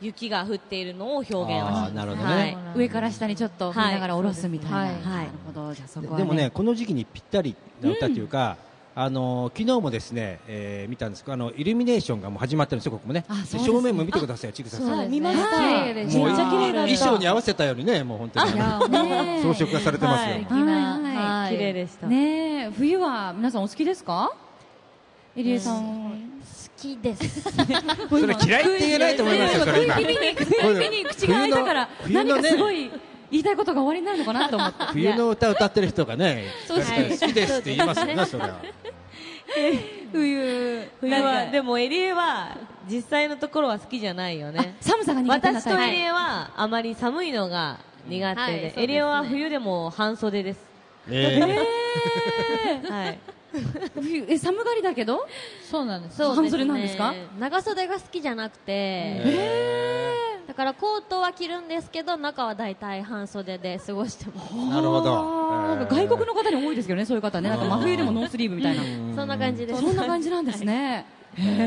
Speaker 7: 雪が降っているのを表現をして
Speaker 5: あ
Speaker 7: ま
Speaker 5: ー
Speaker 7: す
Speaker 5: なるほどね
Speaker 7: はい
Speaker 4: 上から下にちょっと見ながら下ろすみたいな、
Speaker 8: はい
Speaker 4: なるほどじゃあそ
Speaker 5: で
Speaker 4: こは、ね、
Speaker 5: でもね、この時期にぴったりな歌というか、あの昨日もですね、えー見たんですけどあのイルミネーションがもう始まってるんですよ、ここもね
Speaker 4: あそうですね
Speaker 5: 正面も見てくださいよ、ちぐささん、
Speaker 8: 見ま
Speaker 4: した
Speaker 8: め
Speaker 5: もう
Speaker 8: っ
Speaker 4: めっちゃ綺麗だった
Speaker 5: 衣装に合わせたようにね、もう本当に
Speaker 8: いや
Speaker 5: あの *laughs*
Speaker 8: ね
Speaker 5: 装飾がされてますよ、
Speaker 7: はい
Speaker 4: はいは
Speaker 8: はい
Speaker 7: 綺麗でした、
Speaker 4: ねえ冬は皆さんお好きですか入江さん、
Speaker 6: き *laughs* です。
Speaker 5: それ嫌いって言えないと思いますよ、それ今。
Speaker 4: 首に口が開いたから
Speaker 5: 冬
Speaker 4: 何
Speaker 5: の
Speaker 4: かすごい言いたいことが終わりになるのかなと思って
Speaker 5: *laughs* 冬の歌歌ってる人がね、好きですって言いますよね、それは。
Speaker 4: 冬
Speaker 7: 冬はでも入江は実際のところは好きじゃないよね
Speaker 4: 寒さが苦手な
Speaker 7: 私と
Speaker 4: タ
Speaker 7: 入
Speaker 4: イ
Speaker 7: 江はあまり寒いのが苦手
Speaker 8: はいそう
Speaker 7: で
Speaker 8: で
Speaker 7: す
Speaker 8: ね
Speaker 7: 入江は冬でも半袖です
Speaker 5: えー
Speaker 7: はい
Speaker 4: プ冬え寒がりだけど
Speaker 8: そうなんです。
Speaker 6: そう
Speaker 4: 半袖なんですか
Speaker 6: ね長袖が好きじゃなくて、だからコートは着るんですけど、中は大体半袖で過ごしてます。
Speaker 5: なるほど
Speaker 4: あー
Speaker 5: えー
Speaker 4: 外国の方に多いですけどねそういう方ねなんか真冬でもノースリーブみたいな
Speaker 6: そんな感じです。
Speaker 4: そんな感じなんですね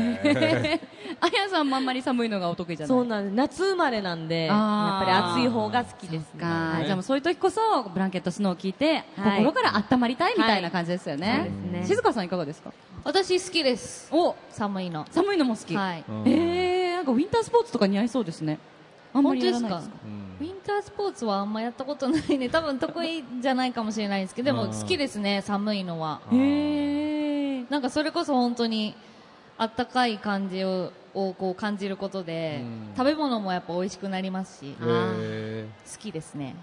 Speaker 4: へーあやさんもあんまり寒いのがお得意じゃない
Speaker 7: そうなんです夏生まれなんでや
Speaker 4: あ
Speaker 7: っ
Speaker 4: ー
Speaker 7: ぱり暑い方が好きですね
Speaker 4: か、じゃあもうそういう時こそブランケットスノーを聞いて、
Speaker 6: はい
Speaker 4: 心から温まりたいみたいな感じですよね,、
Speaker 6: はいそうですね
Speaker 4: 静香さんいかがですか
Speaker 8: 私好きです。
Speaker 4: お
Speaker 8: 寒いの。
Speaker 4: 寒いのも好き、
Speaker 8: はい。
Speaker 4: えー、なんかウィンタースポーツとか似合いそうですねあんまりやらないですか
Speaker 8: 本ウィンタースポーツはあんまやったことないね。 *laughs* 多分得意じゃないかもしれないですけど、でも好きですね、寒いのは。
Speaker 4: へー
Speaker 8: なんかそれこそ本当にあったかい感じををこう感じることで、食べ物もやっぱ美味しくなりますし、
Speaker 5: え
Speaker 8: 好きですね。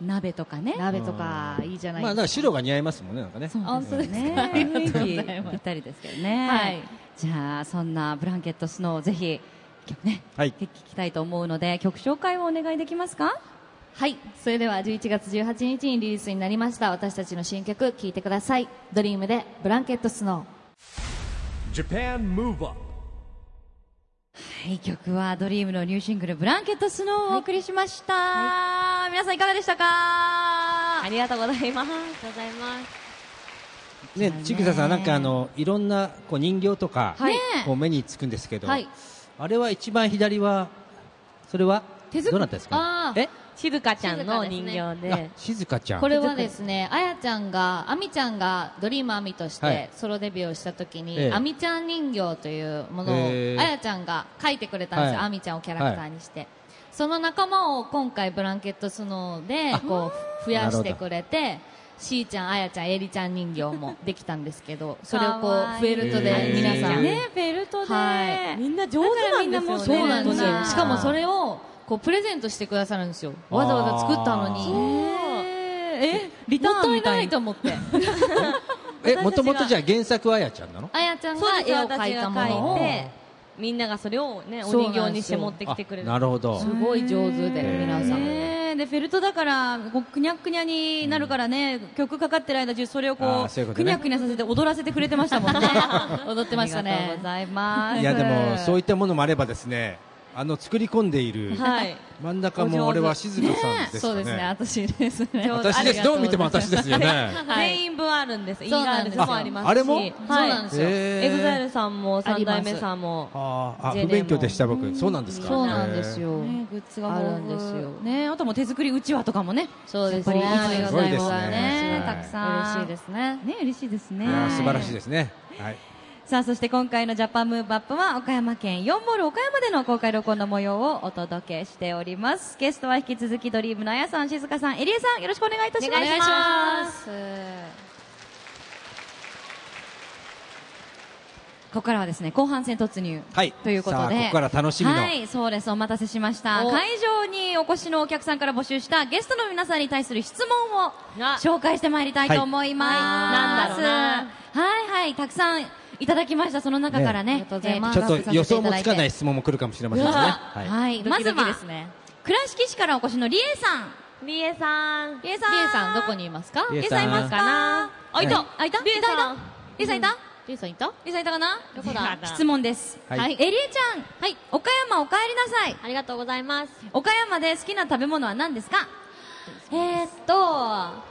Speaker 4: 鍋とかね
Speaker 8: 鍋とかいいじゃ
Speaker 5: ー
Speaker 8: ない
Speaker 5: まあ、
Speaker 8: で
Speaker 5: だ
Speaker 8: す
Speaker 5: か
Speaker 8: か
Speaker 5: 白
Speaker 8: ら
Speaker 5: が似合いますもんね、なんかね。
Speaker 4: そうですよね
Speaker 8: あ本当ですかありがとうござ
Speaker 4: *laughs* 雰
Speaker 8: い
Speaker 4: 囲
Speaker 8: ま
Speaker 4: 気
Speaker 8: す
Speaker 4: ぴったりですけどね、
Speaker 8: はい
Speaker 4: じゃあそんなブランケットスノーをぜひ曲ね、
Speaker 5: はい
Speaker 4: 聞きたいと思うので曲紹介をお願いできますか
Speaker 8: はい。それでは11月18日にリリースになりました私たちの新曲聴いてください。ドリームでブランケットスノー。
Speaker 1: Japan Move Up
Speaker 4: はい、曲はドリームのニューシングル「ブランケットスノー」をお送りしました、皆さんいかがでしたか
Speaker 7: ありがとうございます
Speaker 6: ありがとうございます。
Speaker 5: ね、ちぐささん、なんかあの、いろんなこう人形とか、
Speaker 4: はい
Speaker 5: こう目につくんですけど、
Speaker 8: はい
Speaker 5: あれは一番左は、それは、
Speaker 8: 手作り
Speaker 5: どなたですか
Speaker 8: あー
Speaker 5: え
Speaker 7: 静香ちゃんの人形で
Speaker 5: あ、静香ちゃん。
Speaker 8: これはですね、あやちゃんが、あみちゃんがドリームあみとし
Speaker 5: はい
Speaker 8: てソロデビューをしたとき
Speaker 5: ええ
Speaker 8: に、あみちゃん人形というものを、あ
Speaker 5: ええ
Speaker 8: やちゃんが書いてくれたんですよ、
Speaker 5: はい
Speaker 8: あみちゃんをキャラクターにして。その仲間を今回ブランケットスノーで、こう、増やしてくれて、しーちゃん、あやちゃん、えりちゃん人形もできたんですけ *laughs* ど、それをこう、フェルトで皆さん、
Speaker 4: ねフェルトで、
Speaker 8: はい
Speaker 7: みんな上手なんですよね
Speaker 8: そうなんです
Speaker 4: 本当
Speaker 8: よ。
Speaker 4: に
Speaker 8: しかもそれを、こう、プレゼントしてくださるんですよ。わざわざ作ったの
Speaker 5: あ
Speaker 8: に。
Speaker 4: えリタ
Speaker 8: も
Speaker 4: ーン
Speaker 8: ったい
Speaker 4: みた
Speaker 8: ないい
Speaker 4: な
Speaker 8: と思って。
Speaker 5: え、もともとじゃあ原作はあやちゃんなの
Speaker 8: あやちゃん
Speaker 7: そ
Speaker 8: が
Speaker 7: うです
Speaker 8: 絵を
Speaker 7: 私が
Speaker 8: 描いたもの
Speaker 7: 描
Speaker 8: を
Speaker 7: いてみんながそれをねお
Speaker 8: そうな
Speaker 7: 人
Speaker 8: んですよ
Speaker 7: 形にして持ってきてくれる
Speaker 5: あなるほど
Speaker 8: す。ごい上手で皆さん
Speaker 4: ねでフェルトだからこうくにゃくにゃになるからね、曲かかってる間中それを
Speaker 5: あ
Speaker 4: こ
Speaker 5: ー
Speaker 4: う
Speaker 5: そういうこと
Speaker 4: くに
Speaker 5: ね
Speaker 4: ゃくにゃさせて踊らせてくれてましたもんね
Speaker 8: 踊ってました
Speaker 4: ありがとう
Speaker 8: ね
Speaker 4: ございます
Speaker 5: いや、でも、そうい
Speaker 4: い
Speaker 5: ったものもあればですね、あの、作り込んでいる、
Speaker 7: はい
Speaker 5: 真ん中も俺は静香さんですかね。
Speaker 8: そうですね私ですね
Speaker 5: 私です。どう見ても私ですよね。
Speaker 7: 全員分あるんです、イー
Speaker 8: そう
Speaker 7: ガ
Speaker 8: な
Speaker 7: ー
Speaker 8: ん
Speaker 7: ル
Speaker 8: です
Speaker 7: ズ
Speaker 8: よ
Speaker 7: もあります
Speaker 5: あ
Speaker 7: し
Speaker 5: あれも
Speaker 7: はい
Speaker 8: そうなんですよ
Speaker 5: え
Speaker 7: エグザイルさんも三代目さんも
Speaker 5: あーあ、
Speaker 7: ジェ
Speaker 5: 不
Speaker 7: ネも
Speaker 5: 勉強でした僕。そうなんですか。
Speaker 8: そうなんですよ
Speaker 4: ね、グッズが
Speaker 8: あ
Speaker 4: 豊
Speaker 8: る
Speaker 4: 富
Speaker 8: んですよ
Speaker 4: ね、あともう手作りうちわとかもね
Speaker 8: そうです
Speaker 4: ね
Speaker 8: ね
Speaker 4: ありがとうございます
Speaker 5: すごいですね
Speaker 4: ねたくさん
Speaker 8: 嬉しいですね
Speaker 4: ね嬉しいですね
Speaker 5: いやー素晴らしいですね。はい。
Speaker 4: さあそして今回のジャパンムーブアップは岡山県4モール岡山での公開録音の模様をお届けしておりますゲストは引き続きドリームのあやさん静香さんえりえさんよろしくお願いいたします
Speaker 8: お願いします
Speaker 4: ここからはですね後半戦突入
Speaker 5: はい
Speaker 4: ということで
Speaker 5: さあここから楽しみの
Speaker 4: はいそうですお待たせしました
Speaker 8: お
Speaker 4: 会場にお越しのお客さんから募集したゲストの皆さんに対する質問を
Speaker 7: あ
Speaker 4: 紹介してまいりたいと思います、
Speaker 7: はいなんだろうな
Speaker 4: はいはいたくさんいただきましたその中からね
Speaker 8: ねありがとうございま
Speaker 5: ち
Speaker 8: す
Speaker 5: ょっと予想もつかない質問も来るかもしれませんしね。
Speaker 4: はい、
Speaker 5: はい。
Speaker 4: まず
Speaker 8: ドキドキ
Speaker 4: は
Speaker 8: ですね
Speaker 4: 倉敷市からお越しのりえさん
Speaker 7: りえさん
Speaker 4: りえさん
Speaker 8: りえさんどこにいますか
Speaker 5: り
Speaker 4: り
Speaker 5: え
Speaker 4: え
Speaker 5: さ
Speaker 4: さん
Speaker 5: ん
Speaker 4: いますか
Speaker 7: あいた
Speaker 4: あいた
Speaker 7: りえさん
Speaker 4: いたいたりえさんいた
Speaker 8: リュウさんいた
Speaker 4: リサいたかな
Speaker 6: どこだ
Speaker 4: 質問です。
Speaker 5: はい
Speaker 4: エリエちゃん。はい。岡山お帰りなさい。
Speaker 6: ありがとうございます。
Speaker 4: 岡山で好きな食べ物は何ですか
Speaker 6: えー、っと、あ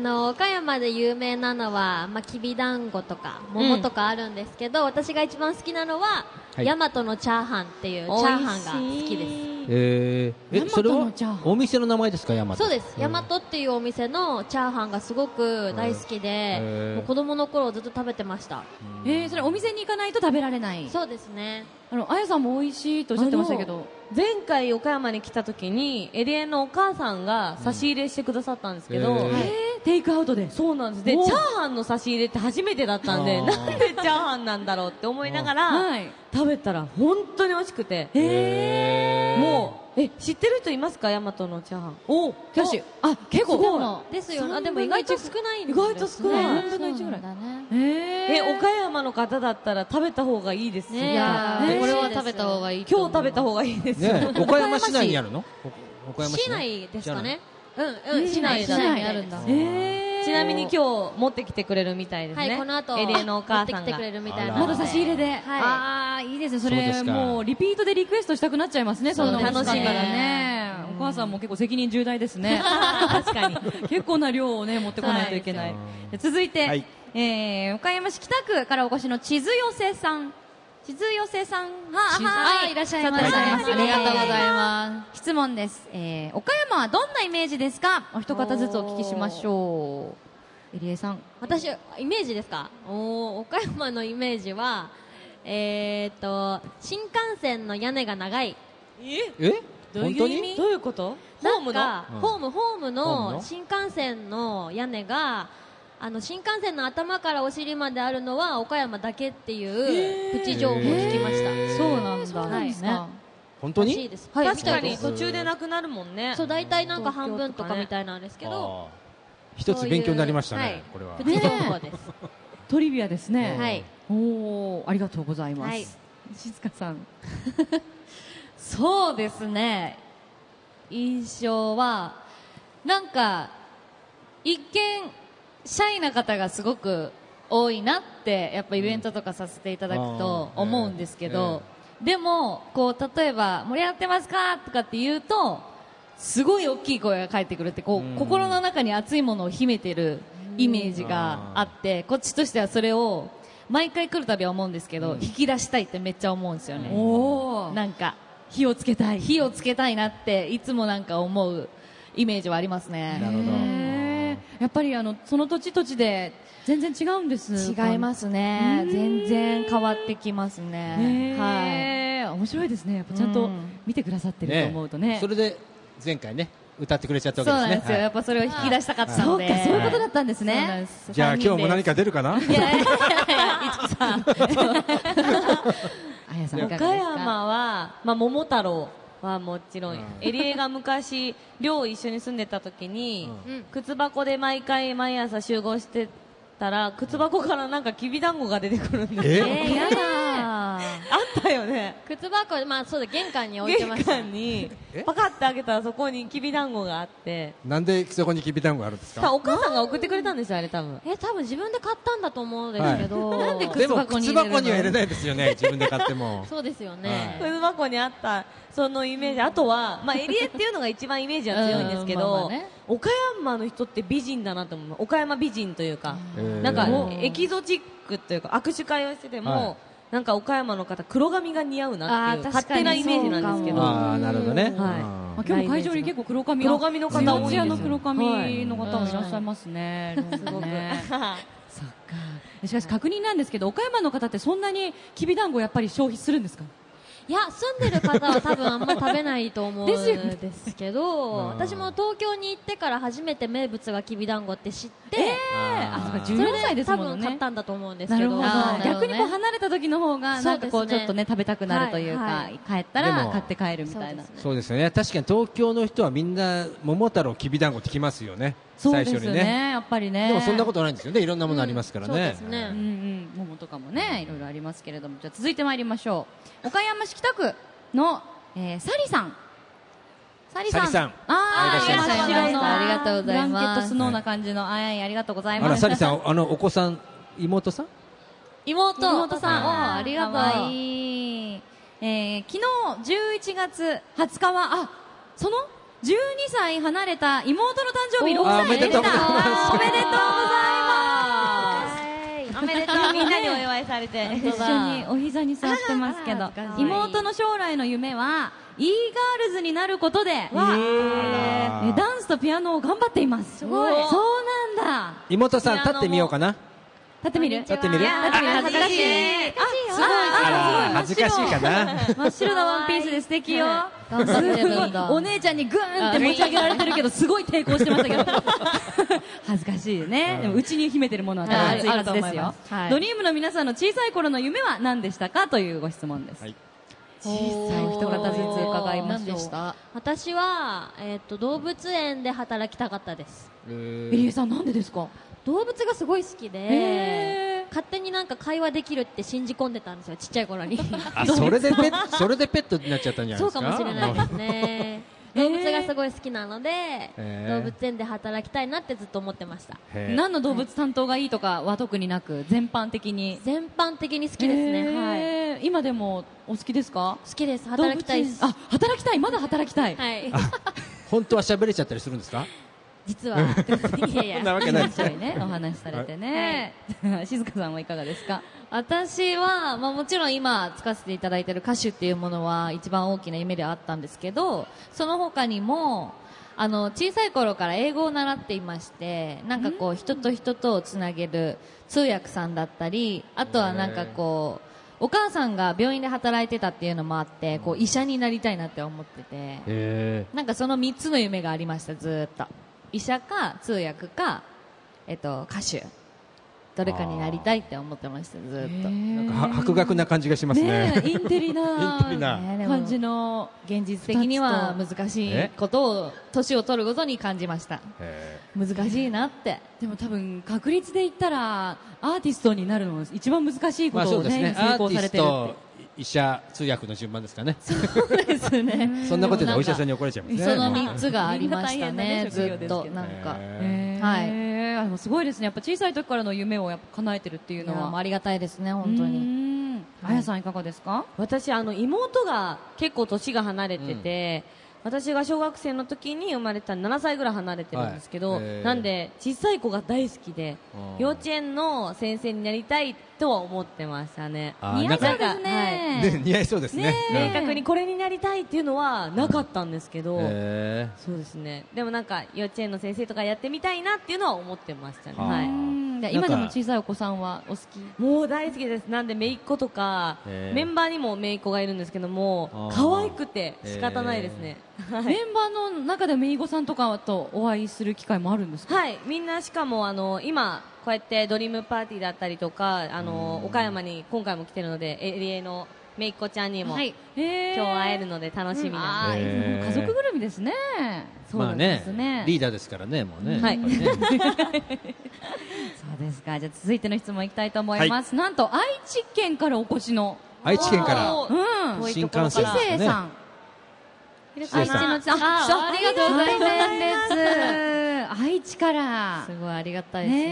Speaker 6: の、岡山で有名なのは、まあ、きびだんごとか、桃とかあるんですけど、私が一番好きなのは、
Speaker 5: はい
Speaker 6: ヤマトのチャーハンっていう、チャーハンが好きです。
Speaker 5: えー、え、それはお店の名前ですか、ヤマト。
Speaker 6: そうです、ヤマトっていうお店のチャーハンがすごく大好きで、
Speaker 5: ー
Speaker 6: もう子供の頃ずっと食べてました。
Speaker 4: えー、それお店に行かないと食べられない。
Speaker 6: そうですね。
Speaker 4: あの、あやさんも美味しいとおっしゃってましたけど。
Speaker 7: 前回岡山に来た時にエリエのお母さんが差し入れしてくださったんですけど、
Speaker 5: うんへー
Speaker 7: はい
Speaker 4: えー、テイクアウトで。
Speaker 7: そうなんですでチ
Speaker 4: お
Speaker 7: ャ
Speaker 4: ー
Speaker 7: ーハンの差し入れって初めてだったんで
Speaker 5: あー
Speaker 7: なんでチャーハンなんだろうって思いながら
Speaker 4: はい。
Speaker 7: 食べたら本当に美味しくて
Speaker 5: え
Speaker 7: もうえ知ってる人いますかヤマトのチャーハン
Speaker 4: おキャッシュ。あ、結構。
Speaker 8: でも
Speaker 6: ですよ。あ、でも意外と少ないん
Speaker 4: 意
Speaker 6: ですね
Speaker 4: 外と少ない。
Speaker 8: ね
Speaker 4: 4分の1ぐらい。
Speaker 8: そうなんだね
Speaker 4: え
Speaker 7: え
Speaker 4: ー、
Speaker 7: 岡山の方だったら食べた方がいいです
Speaker 6: ねえ
Speaker 8: いや
Speaker 4: ね
Speaker 8: ー
Speaker 4: え
Speaker 8: これは食べた方がいいと
Speaker 7: 今
Speaker 8: 思
Speaker 7: 日食べた方がいいですよ、
Speaker 5: ねえ岡山市内にあるのお岡山
Speaker 6: 市
Speaker 5: 市
Speaker 6: 内ですかね。
Speaker 7: うんうん市内
Speaker 8: 市
Speaker 7: だ
Speaker 8: 内にあるんだ
Speaker 4: えー
Speaker 7: ちなみに今日持ってきてくれるみたいです
Speaker 6: は
Speaker 7: ね、
Speaker 6: い、この後、
Speaker 7: エリエのお母さん
Speaker 6: 持っ
Speaker 7: が
Speaker 6: てきてくれるみたいなの
Speaker 5: あら
Speaker 6: で。
Speaker 4: まだ差し入れで。
Speaker 6: はい。
Speaker 4: ああ、いいですね。そ
Speaker 5: そうで
Speaker 4: れ、
Speaker 5: すか
Speaker 4: もう、リピートでリクエストしたくなっちゃいますね、そんなの
Speaker 7: そうです
Speaker 4: 楽
Speaker 7: ね
Speaker 4: しいからね。お母さんも結構責任重大ですね。
Speaker 8: *laughs*
Speaker 7: 確かに
Speaker 4: 結構な量をね、持ってこないといけない。で続いて、
Speaker 5: はい
Speaker 4: えー、岡山市北区からお越しの地図寄せさん。地図寄せさん、は、
Speaker 8: うはいいらっしゃいませ
Speaker 4: 佐藤さん
Speaker 8: ありがとうございま
Speaker 4: 質問です。えー、岡山はどんなイメージですかお一方ずつお聞きしましょう。エリエさん。
Speaker 6: 私、イメージですかおー岡山のイメージは、えーっと、新幹線の屋根が長い。
Speaker 5: え
Speaker 7: どう
Speaker 5: 本
Speaker 7: いう
Speaker 5: 当
Speaker 7: 意
Speaker 5: に
Speaker 7: 味どういうことホームの
Speaker 6: なんか
Speaker 5: うん
Speaker 6: ホーム、ホーム
Speaker 5: ホーム
Speaker 6: の
Speaker 5: の
Speaker 6: 新幹線の屋根が、あの、新幹線の頭からお尻まであるのは岡山だけっていう、プチ情報を聞きました。
Speaker 8: すそうなんだね
Speaker 5: 本当
Speaker 6: らしい
Speaker 5: に
Speaker 6: です。はい、
Speaker 7: 確か
Speaker 6: みたい
Speaker 7: に
Speaker 6: です
Speaker 7: 途中でなくなるもんね
Speaker 6: そう、大体なんか半分
Speaker 7: 東京
Speaker 6: と
Speaker 7: とかね
Speaker 6: かみたいなんですけど、
Speaker 5: あー一つ勉強になりました
Speaker 6: そういうは
Speaker 5: ね
Speaker 6: い、
Speaker 5: これは
Speaker 6: プ。チ情報です。
Speaker 4: トリビアですね。
Speaker 6: はい。
Speaker 4: おー、ありがとうございます。
Speaker 6: はい
Speaker 4: 静香さん。
Speaker 8: そうですね印象はなんか一見シャイな方がすごく多いなってやっぱイベントとかさせていただくと
Speaker 5: うんあー
Speaker 8: 思うんですけど
Speaker 5: え、
Speaker 8: でもこう例えば盛り上がってますかとかって言うとすごい大きい声が返ってくるってこう、
Speaker 5: うん
Speaker 8: 心の中に熱いものを秘めてるイメージがあって、こっちとしてはそれを毎回来るたびは思うんですけど、引き出したいってめっちゃ思うんですよね。
Speaker 4: おー。
Speaker 8: なんか火をつけたい火をつけたいなっていつもなんか思うイメージはあります
Speaker 5: な
Speaker 8: ね
Speaker 5: るほ
Speaker 4: へーやっぱりあのその土地土地で全然違うんです
Speaker 8: 違いますすね
Speaker 4: うん
Speaker 8: 全然変わってきますねはい
Speaker 4: はい面白いですねやっぱちゃんと
Speaker 8: うん
Speaker 4: 見てくださって
Speaker 5: ど。
Speaker 4: ると思うとね
Speaker 5: それで前回ね、歌ってくれちゃっ
Speaker 8: そ
Speaker 5: た
Speaker 8: う
Speaker 5: わ
Speaker 8: な
Speaker 5: けで
Speaker 8: んですすよ、
Speaker 5: ね
Speaker 8: や
Speaker 5: は
Speaker 8: っぱそれを引き出したかった
Speaker 4: そ
Speaker 8: の
Speaker 4: うか
Speaker 8: で
Speaker 4: そういうことだったんです
Speaker 8: そうなん
Speaker 4: ね
Speaker 8: です
Speaker 5: い。じゃあ今日も何
Speaker 8: か
Speaker 5: か出るかな
Speaker 4: あ
Speaker 5: *laughs*
Speaker 4: やさんいかが
Speaker 7: 岡
Speaker 4: ですか
Speaker 7: 山は、まあ、桃太郎はもちろん、エリエが昔、寮一緒に住んでた時に、靴箱で毎回毎朝集合してたら、靴箱からなんかきびだんごが出てくるんですよ。
Speaker 5: え
Speaker 6: 嫌
Speaker 7: あったよね。
Speaker 6: 靴箱、まあそうだ、玄関に置いてま
Speaker 7: 玄
Speaker 6: した。
Speaker 7: 関に
Speaker 5: え、
Speaker 7: パカって開けたらそこにきびだんごがあって、
Speaker 5: なんでそこにきびだんごあるんです
Speaker 7: 多分
Speaker 5: か
Speaker 7: お母さんが送ってくれたんですよ、あれ多分。
Speaker 6: え、多分自分で買ったんだと思うんですけど、。
Speaker 5: でも靴箱には入れないですよね、自分で買っても
Speaker 6: *laughs* そうですよね。
Speaker 7: 靴箱にあったそのイメージ、あとは、まあ、エリエっていうのが一番イメージは強いんですけ
Speaker 8: うんまあま
Speaker 7: ど、
Speaker 8: あね
Speaker 7: 岡山の人って美人だなと思う岡山美人というか、
Speaker 5: へー
Speaker 7: なんかエキゾチックというか握手会をしてても、
Speaker 5: はい
Speaker 7: なんか岡山の方黒髪が似合うなっていう
Speaker 8: あー確
Speaker 7: 勝
Speaker 8: か
Speaker 7: 手
Speaker 8: に
Speaker 7: なイメージなんですけど
Speaker 5: ああ、なるほどね。
Speaker 7: はい
Speaker 5: うん
Speaker 4: まあ今日も会場に結構黒髪が
Speaker 7: 黒髪の方
Speaker 4: ツヤ
Speaker 5: 多いです
Speaker 4: ツ
Speaker 5: よ
Speaker 4: ヤ
Speaker 5: ね
Speaker 4: の黒髪の方もいらっしゃいますねす
Speaker 7: す
Speaker 4: そっ
Speaker 7: ごく
Speaker 4: かしかし確認なんですけど岡山の方ってそんなにきびだんごやっぱり消費するんですか
Speaker 6: いや、住んでる方は多分あんま食べないと思うん
Speaker 4: ですよね
Speaker 6: ですけど、私も東京に行ってから初めて名物がきびだんごって知って、
Speaker 4: あそうか
Speaker 6: それ
Speaker 4: 14歳
Speaker 6: で
Speaker 4: です
Speaker 6: 多
Speaker 4: もの
Speaker 6: 分
Speaker 4: ね
Speaker 6: 買ったんだと思うんです
Speaker 4: な
Speaker 6: け
Speaker 4: る
Speaker 6: ど、
Speaker 4: ほど
Speaker 8: あーなるほ
Speaker 4: 逆
Speaker 8: どね
Speaker 4: にこう離れた時の方がなんかこ
Speaker 6: そう
Speaker 4: う
Speaker 6: です
Speaker 4: ち
Speaker 6: ね
Speaker 4: ょっとね食べたくなるというか、
Speaker 6: はい
Speaker 4: 帰った
Speaker 5: で
Speaker 4: ら
Speaker 5: も
Speaker 4: 買って帰るみたいな
Speaker 6: そう
Speaker 5: そうですよね確かに東京の人はみんな桃太郎きびだんごってきますよね
Speaker 4: そうです
Speaker 5: 最初
Speaker 4: よ
Speaker 5: に
Speaker 4: ね
Speaker 5: ね
Speaker 4: やっぱりね
Speaker 5: でもそんなことないんですよねいろんなものありますから
Speaker 6: そうで
Speaker 5: ね
Speaker 6: す、
Speaker 4: うんう
Speaker 6: ね。
Speaker 4: ん桃とかもねいろいろありますけれどもじゃあ続いてまいりましょう岡山市北区の、えー、サリさんサリさん
Speaker 5: サリさん
Speaker 4: あ
Speaker 5: はいいらっしゃいました
Speaker 4: 白の
Speaker 8: ありがとうございます
Speaker 4: ブランケットスノーな感じのあやいありがとうござい
Speaker 5: あ
Speaker 4: ま
Speaker 5: ら
Speaker 4: す
Speaker 5: サリさんあのお子さん妹さん
Speaker 8: 妹
Speaker 4: 妹さん
Speaker 8: おーありがとう
Speaker 4: かわいいえー昨日11月20日はあその12歳離れた妹の誕生日6
Speaker 5: おー
Speaker 4: 歳
Speaker 5: あおめでとうございます
Speaker 4: おめでとうございます
Speaker 7: おめでとうみんなにお祝いされて
Speaker 4: 一緒にお膝に座ってますけど妹の将来の夢は e ガールズになることで
Speaker 5: あ
Speaker 4: え
Speaker 5: ら
Speaker 4: ダンスとピアノを頑張っていますす
Speaker 7: ごい
Speaker 4: そうなんだ
Speaker 5: 妹さん立ってみようかな
Speaker 4: 立ってみる
Speaker 5: 立ってみる
Speaker 4: あ恥ずかしい
Speaker 8: よ
Speaker 5: あら
Speaker 4: あす
Speaker 5: 恥ず
Speaker 4: ごい
Speaker 5: か
Speaker 4: あ
Speaker 5: しいかな
Speaker 4: 真っ白なワンピースで素敵よ
Speaker 8: 頑張ってるんだ
Speaker 4: お姉ちゃんにグーンって持ち上げられてるけどすごい抵抗してました *laughs* けど恥ずかしいねでもうちに秘めてるものは多分熱いはずです
Speaker 8: はいある
Speaker 4: よ
Speaker 8: と思いますはい
Speaker 4: ドリームの皆さんの小さい頃の夢は何でしたかというご質問です
Speaker 5: はい
Speaker 4: 小さい一方ずつ伺いま
Speaker 8: 何
Speaker 4: しょ
Speaker 8: で
Speaker 4: う
Speaker 8: した
Speaker 6: 私は、えっと動物園で働きたかったです
Speaker 4: 入江さんなんでですか
Speaker 6: 動物がすごい好き
Speaker 4: へ
Speaker 6: で勝手になんか会話できるって信じ込んでたんですよちっちゃい頃 *laughs* に
Speaker 5: あそれでペッそれでペットになっちゃったんじゃない
Speaker 6: そ
Speaker 5: で
Speaker 6: う
Speaker 5: すか
Speaker 6: かもしれないですね動物がすごい好きなので、
Speaker 5: えー
Speaker 6: 動物園で働きたいなってずっと思ってました
Speaker 5: へえ
Speaker 4: 何の動物担当がいいとかは特になく全般的に
Speaker 6: 全般的に好きですね、はい
Speaker 4: はい今でもお好きですか
Speaker 6: 好きです働きたいです
Speaker 4: 動物園あ働きたいまだ働きたい、
Speaker 6: はい
Speaker 5: 本当は喋れちゃったりするんですか
Speaker 6: 実は *laughs* いやい
Speaker 5: そ
Speaker 6: や
Speaker 5: んなわけないですよ
Speaker 4: 面白いねお話しされてね、 *laughs* 静香さんはいかがですか
Speaker 8: *laughs* 私は、まあ、もちろん今つかせていただいている歌手っていうものは一番大きな夢ではあったんですけどその他にもあの小さい頃から英語を習っていましてなんかこう人と人とをつなげる通訳さんだったりあとはなんかこうお母さんが病院で働いてたっていうのもあってこう医者になりたいなって思ってて
Speaker 5: へ
Speaker 8: なんかその3つの夢がありましたずーっと医者か通訳か、えっと、歌手どれかになりたいって思ってましたずーっと。
Speaker 5: えなんかは博学な感じがしますね
Speaker 4: えインテリ
Speaker 5: インテリ
Speaker 4: な
Speaker 5: な
Speaker 8: ねでも
Speaker 4: 感じの
Speaker 8: 現実的には難しいことを年を取るごとに感じました
Speaker 5: へ
Speaker 8: 難しいなって
Speaker 4: でも多分確率で言ったらアーティストになるの一番難しい
Speaker 5: えま
Speaker 4: こ
Speaker 5: あ
Speaker 4: と
Speaker 5: そ
Speaker 4: を
Speaker 5: うです
Speaker 4: ね,、
Speaker 5: ねア
Speaker 4: 成
Speaker 5: ー
Speaker 4: 功
Speaker 5: ティ
Speaker 4: され
Speaker 5: ス
Speaker 4: てるって
Speaker 5: ト医者通訳の順番ですかね
Speaker 8: そうですね
Speaker 5: そんなことでお医者さん
Speaker 8: に
Speaker 5: に怒られちゃいますね
Speaker 8: その3つがありましたね
Speaker 4: みんな大変なね職業
Speaker 8: ず
Speaker 4: です
Speaker 8: っと
Speaker 4: けど
Speaker 8: なんか
Speaker 5: へ
Speaker 4: へー
Speaker 8: はい
Speaker 4: あでもすごいですねやっぱ小さい時からの夢をやっぱ叶えてるっていう
Speaker 8: いや
Speaker 4: の
Speaker 8: もう
Speaker 4: は
Speaker 8: ありがたいですね本当に
Speaker 4: にあやさんいかがですか
Speaker 7: 私あの妹が結構年が離れてて、私が小学生の時に生まれた7歳ぐらい離れてるんですけど、
Speaker 5: はいへー
Speaker 7: なんで小さい子が大好きで
Speaker 5: うん
Speaker 7: 幼稚園の先生になりたいとは思ってましたね
Speaker 5: あー似合いそう
Speaker 4: ですね
Speaker 5: えね似合いそうですね
Speaker 7: はい明確にこれになりたいっていうのはなかったんですけど、
Speaker 5: うんへ
Speaker 7: そうですねでもなんか幼稚園の先生とかやってみたいなっていうのは思ってましたね、
Speaker 5: あー
Speaker 7: はい、
Speaker 4: うんで今でも小さいお子さんはお好き
Speaker 7: もう大好きです、なんで、姪っ子とか、
Speaker 5: へー
Speaker 7: メンバーにも姪っ子がいるんですけども
Speaker 5: あ、ー
Speaker 7: 可愛くて仕方ないですね、
Speaker 4: メンバーの中でめいごさんとかとお会いする機会もあるんですか
Speaker 7: はい、みんなしかもあの今、こうやってドリームパーティーだったりとか、あの岡山に今回も来てるので、エリエの姪っ子ちゃんにも、
Speaker 8: はい
Speaker 4: 今
Speaker 7: 今日会えるので楽しみなん
Speaker 4: あー
Speaker 5: へー
Speaker 4: 家族ぐるみですね
Speaker 5: えまあねリー
Speaker 4: ダ
Speaker 5: ダーですからねもうね
Speaker 7: はい
Speaker 5: やっぱりね
Speaker 4: ーそうですかじゃあ続いての質問いきたいと思いますなんと愛知県からお越しの
Speaker 5: 愛知県から
Speaker 7: おー
Speaker 4: うん
Speaker 7: 遠い
Speaker 5: 新
Speaker 7: ところ
Speaker 5: 幹
Speaker 7: か
Speaker 4: 知性
Speaker 5: 線です
Speaker 7: ら
Speaker 5: ね
Speaker 4: さん
Speaker 5: 知性さん
Speaker 4: 愛知のあそうありがとうございます愛知から
Speaker 8: すごいありがたいですね